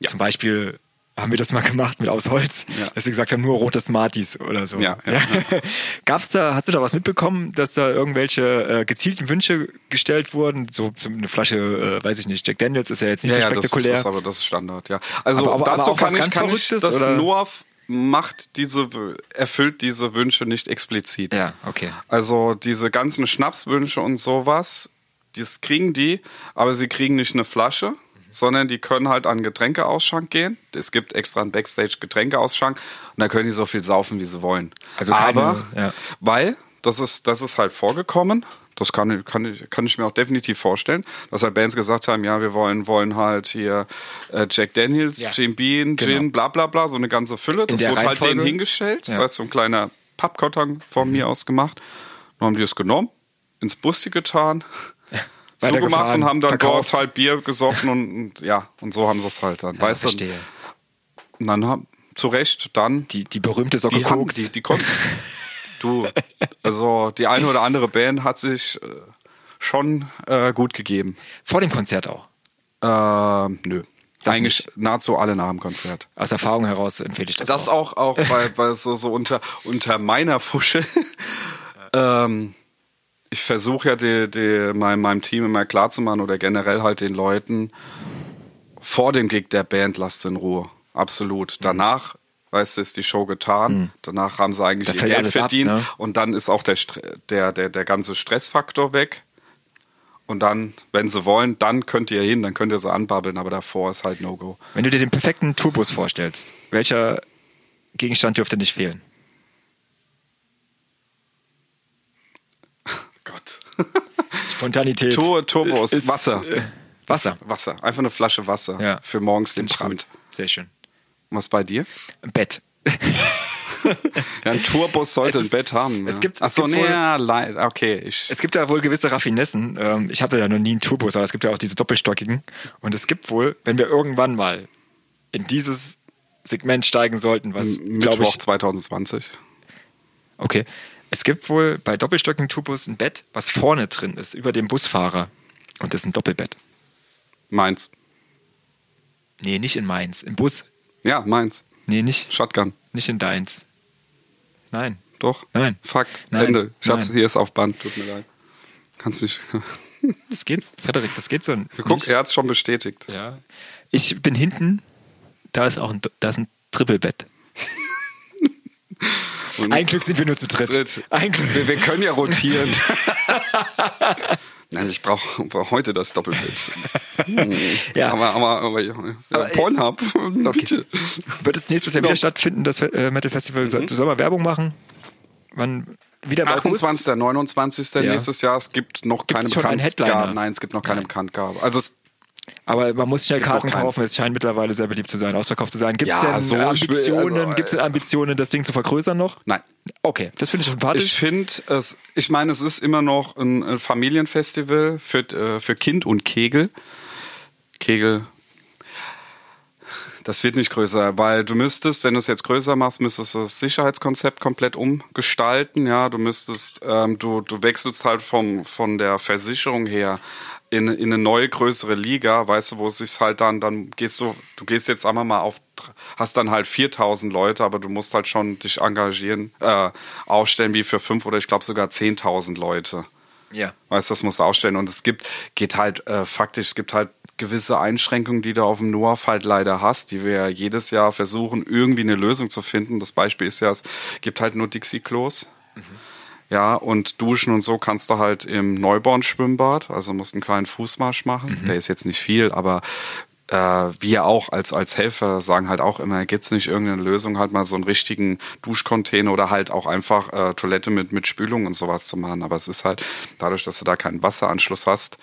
Ja.
Zum Beispiel haben wir das mal gemacht mit Aus Holz,
Ja.
dass wir gesagt haben, nur rote Smarties oder so.
Ja, ja,
Gab's da, hast du da was mitbekommen, dass da irgendwelche äh, gezielten Wünsche gestellt wurden? So so eine Flasche, äh, weiß ich nicht, Jack Daniels ist ja jetzt nicht so
ja, ja, das, ist-
spektakulär.
das ist aber das ist Standard, ja. Also
Aber- aber- aber
dazu
auch was
kann, ich,
ganz
kann ich,
Verrücktes,
das
oder?
NOAF macht diese, W- erfüllt diese Wünsche nicht explizit.
Ja, okay.
Also diese ganzen Schnapswünsche und sowas, das kriegen die, aber sie kriegen nicht eine Flasche, sondern die können halt an Getränkeausschank gehen. Es gibt extra einen Backstage-Getränkeausschank und da können die so viel saufen, wie sie wollen.
Also keine-
aber,
ja.
weil das ist, das ist halt vorgekommen. Das kann, ich- kann, ich, kann ich mir auch definitiv vorstellen, dass halt Bands gesagt haben, ja, wir wollen, wollen halt hier äh, Jack Daniels,
Ja.
Jim Bean,
Genau.
Gin, bla bla bla, so eine ganze Fülle. Das
der
wurde halt
Reihenfolge?
denen hingestellt,
Ja. Mhm.
weil es so ein kleiner Pappkarton von mir aus gemacht. Dann haben die es genommen, ins Busti getan, zugemacht
Weitergefahren,
und haben dann
verkauft.
dort halt Bier gesoffen und, und ja, und so haben sie es halt dann. weißt du?
verstehe.
Und dann haben, zu Recht, dann
Die, die berühmte Socke
die, haben,
Koks.
die, die konnten. du, also die eine oder andere Band hat sich äh, schon äh, gut gegeben.
Vor dem Konzert auch.
Ähm, nö.
Das
Eigentlich nahezu alle nach dem Konzert.
Aus Erfahrung heraus empfehle ich das.
Das
auch.
auch, auch bei, bei so, so unter, unter meiner Fusche. ähm, ich versuche ja die, die, mein, meinem Team immer klarzumachen oder generell halt den Leuten, vor dem Gig der Band lasst in Ruhe. Absolut.
Mhm.
Danach, weißt du, ist die Show getan. Danach haben sie eigentlich
Da
ihr
fällt
Geld
alles ab,
verdient.
ne?
Und dann ist auch der, Stre- der, der, der ganze Stressfaktor weg. Und dann, wenn sie wollen, dann könnt ihr hin, dann könnt ihr sie anbabbeln, aber davor ist halt No-Go.
Wenn du dir den perfekten Tourbus vorstellst, welcher Gegenstand dürfte nicht fehlen?
Gott.
Spontanität.
Tur Turbos,
ist-
Wasser.
äh, Wasser.
Wasser, einfach eine Flasche Wasser
Ja.
für morgens den
Finde ich gut.
Brand.
Sehr schön.
Was bei dir?
Ein Bett.
Ja, ein Tourbus sollte
Es
ein
ist-
Bett haben.
es
ja.
gibt- es
Ach so,
gibt
nee,
wohl-
ja, leid. Okay, ich.
Es gibt da wohl gewisse Raffinessen. Ähm, Ich hatte ja noch nie einen Tourbus, aber es gibt ja auch diese doppelstockigen. Und es gibt wohl, wenn wir irgendwann mal in dieses Segment steigen sollten, was, glaube
Mittwoch
ich,
2020.
Okay. Es gibt wohl bei doppelstöckigen Tubus ein Bett, was vorne drin ist, über dem Busfahrer. Und das ist ein Doppelbett.
Meins.
Nee, nicht in Mainz. Im Bus.
Ja, meins.
Nee, nicht,
Shotgun.
nicht in deins. Nein.
Doch.
Nein.
Fakt.
Nein.
Ende. Ich hab's,
Nein.
hier ist auf Band. Tut mir leid. Kannst nicht.
Das geht's, Frederik, das geht so.
Guck,
nicht.
er hat's schon bestätigt.
Ja. Ich bin hinten, da ist auch ein, da ist ein Trippelbett.
Und
Ein Glück sind wir nur zu dritt.
Dritt.
Ein Glück.
Wir, wir können ja rotieren. Nein, ich brauche brauch heute das Doppelbild.
Ja. äh,
Aber, aber, aber, ja, Pornhub, bitte.
Wird es nächstes Jahr wieder stattfinden, das äh, Metal Festival? Mhm. Soll man Werbung machen? Wann? Wieder im August?
28. 29.
Ja.
nächstes Jahr. Es gibt noch keine
schon einen Headliner?
Bekanntgabe. Nein, es gibt noch keine Bekanntgabe. Also es,
Aber man muss schnell
Gibt auch
Karten
keinen.
kaufen, es scheint mittlerweile sehr beliebt zu sein, ausverkauft zu sein. Gibt es
Ja,
denn
so, ich will-
Ambitionen,
also, äh,
gibt's denn Ambitionen, das Ding zu vergrößern noch?
nein.
Okay, das finde ich
Ich
sympathisch.
finde es, ich meine, es ist immer noch ein ein Familienfestival für, äh, für Kind und Kegel. Kegel. Das wird nicht größer, weil du müsstest, wenn du es jetzt größer machst, müsstest du das Sicherheitskonzept komplett umgestalten. Ja, du müsstest, ähm, du, du wechselst halt vom, von der Versicherung her in, in eine neue größere Liga, weißt du, wo es sich halt dann, dann gehst du, du gehst jetzt einmal mal auf, hast dann halt 4000 Leute, aber du musst halt schon dich engagieren, äh, aufstellen wie für fünf oder ich glaube sogar 10.000 Leute.
ja.
Weißt du, das musst du ausstellen. Und es gibt, geht halt äh, faktisch, es gibt halt gewisse Einschränkungen, die du auf dem NOAF halt leider hast, die wir ja jedes Jahr versuchen, irgendwie eine Lösung zu finden. Das Beispiel ist ja, es gibt halt nur Dixie-Klos. Ja, und duschen und so kannst du halt im Neuborn-Schwimmbad, also musst einen kleinen Fußmarsch machen.
Mhm.
Der ist jetzt nicht viel, aber äh, wir auch als, als Helfer sagen halt auch immer, gibt's nicht irgendeine Lösung, halt mal so einen richtigen Duschcontainer oder halt auch einfach äh, Toilette mit, mit Spülung und sowas zu machen. Aber es ist halt, dadurch, dass du da keinen Wasseranschluss hast,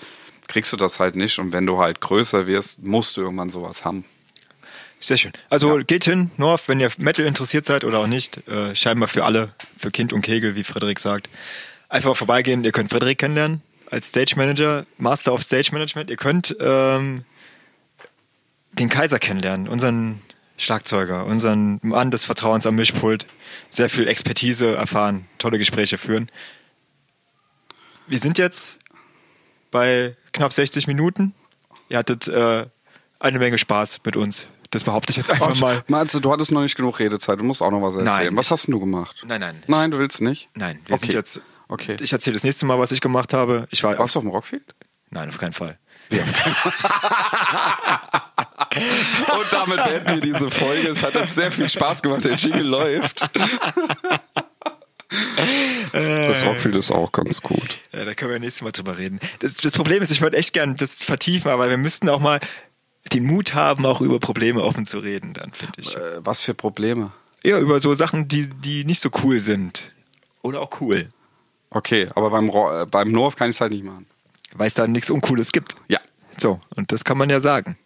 kriegst du das halt nicht. Und wenn du halt größer wirst, musst du irgendwann sowas haben.
Sehr schön. Also geht hin, North, wenn ihr Metal interessiert seid oder auch nicht. Äh, scheinbar für alle, für Kind und Kegel, wie Frederik sagt. Einfach vorbeigehen, ihr könnt Frederik kennenlernen als Stage Manager, Master of Stage Management. Ihr könnt ähm, den Kaiser kennenlernen, unseren Schlagzeuger, unseren Mann des Vertrauens am Mischpult. Sehr viel Expertise erfahren, tolle Gespräche führen. Wir sind jetzt bei knapp 60 Minuten. Ihr hattet äh, eine Menge Spaß mit uns. Das behaupte ich jetzt einfach mal.
Meinst du, du hattest noch nicht genug Redezeit, du musst auch noch was erzählen.
Nein.
was hast denn du gemacht?
Nein, nein.
Nein, du willst nicht?
Nein, wir
okay.
sind jetzt.
Okay.
Ich erzähle das nächste Mal, was ich gemacht habe. Ich war.
Warst du auf dem Rockfield?
Nein, auf keinen Fall.
Und damit beenden wir diese Folge. Es hat uns sehr viel Spaß gemacht. Der Jingle läuft.
Äh.
Das Rockfield ist auch ganz gut.
Ja, da können wir nächstes Mal drüber reden. Das, das Problem ist, ich würde echt gern das vertiefen, aber wir müssten auch mal den Mut haben, auch über Probleme offen zu reden, dann finde ich.
Äh, was für Probleme?
Ja, über so Sachen, die, die nicht so cool sind. Oder auch cool.
Okay, aber beim, Ro- äh, beim Norf kann ich es halt nicht machen.
Weil es da nichts Uncooles gibt.
Ja.
So, und das kann man ja sagen.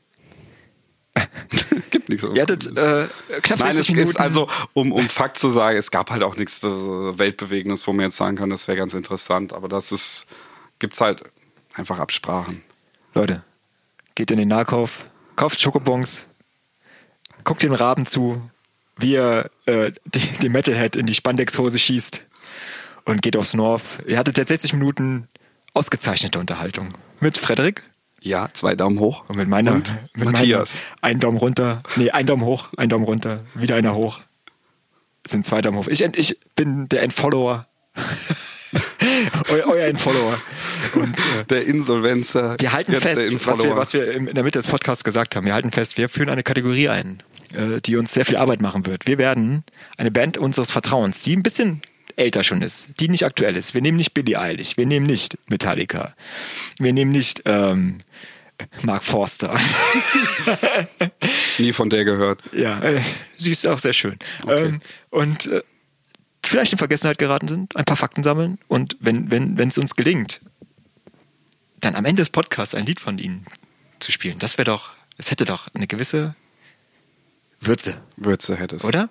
Gibt nichts.
Ihr hattet äh, knapp
Nein, es
60 Minuten.
ist also, um, um Fakt zu sagen, es gab halt auch nichts äh, Weltbewegendes, wo man jetzt sagen kann, das wäre ganz interessant. Aber das ist, gibt's halt einfach Absprachen.
Leute, geht in den Nahkauf, kauft Schokobons, guckt den Raben zu, wie er äh, die, die Metalhead in die Spandexhose schießt und geht aufs North. Ihr hattet jetzt 60 Minuten ausgezeichnete Unterhaltung mit Frederik
Ja, zwei Daumen hoch.
und mit meiner
Und
mit
Matthias.
Meiner, ein Daumen runter, nee, ein Daumen hoch, ein Daumen runter, wieder einer hoch. Es sind zwei Daumen hoch. Ich, ent- ich bin der Entfollower. Eu, euer Entfollower. Und äh,
der Insolvenzer.
wir halten
jetzt äh, der
fest, was wir,
Infolower.
was wir im- in der Mitte des Podcasts gesagt haben. Wir halten fest, wir führen eine Kategorie ein, äh, die uns sehr viel Arbeit machen wird. Wir werden eine Band unseres Vertrauens, die ein bisschen älter schon ist, die nicht aktuell ist. Wir nehmen nicht Billy Eilish, wir nehmen nicht Metallica, wir nehmen nicht ähm, Mark Forster.
Nie von der gehört.
ja, äh, sie ist auch sehr schön. Ähm, und äh, vielleicht in Vergessenheit geraten sind, ein paar Fakten sammeln und wenn wenn wenn, es uns gelingt, dann am Ende des Podcasts ein Lied von ihnen zu spielen. Das wäre doch, es hätte doch eine gewisse Würze,
Würze hättest.
oder?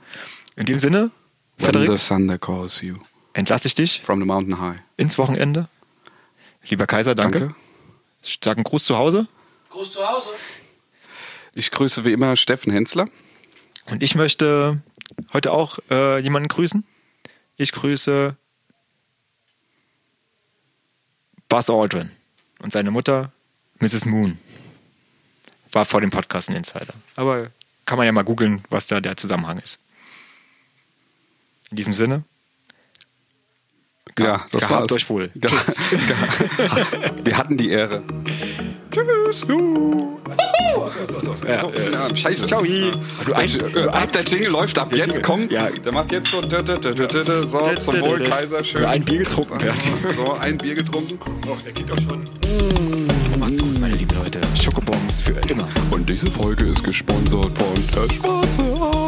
In dem Sinne,
When the
Frederik,
thunder calls you
entlasse ich dich
from the mountain high.
ins Wochenende. Lieber Kaiser, danke.
Danke.
Starken Gruß zu Hause.
Gruß zu Hause.
Ich grüße wie immer Steffen Hensler.
Und ich möchte heute auch äh, jemanden grüßen. Ich grüße Buzz Aldrin und seine Mutter, Mrs. Moon. War vor dem Podcast ein Insider. Aber kann man ja mal googeln, was da der Zusammenhang ist. In diesem Sinne,
Ja, das
gehabt
war's.
euch wohl.
Ge- Ge- Wir hatten die Ehre. Tschüss.
Ja,
Ja, Scheiße.
Ciao.
Ja.
Ah, Du ein-
Äh, ab, der Jingle läuft ab. Jetzt
Jingle.
kommt.
Ja.
Der macht jetzt so. dö, dö, dö, dö, dö, dö, So, zum Wohl, Kaiser. Schön.
Ein Bier getrunken werden.
So, ein Bier getrunken.
Oh, der geht doch schon. Macht's gut, meine lieben Leute. Schokobons für immer.
Und diese Folge ist gesponsert von der Schwarze Adler.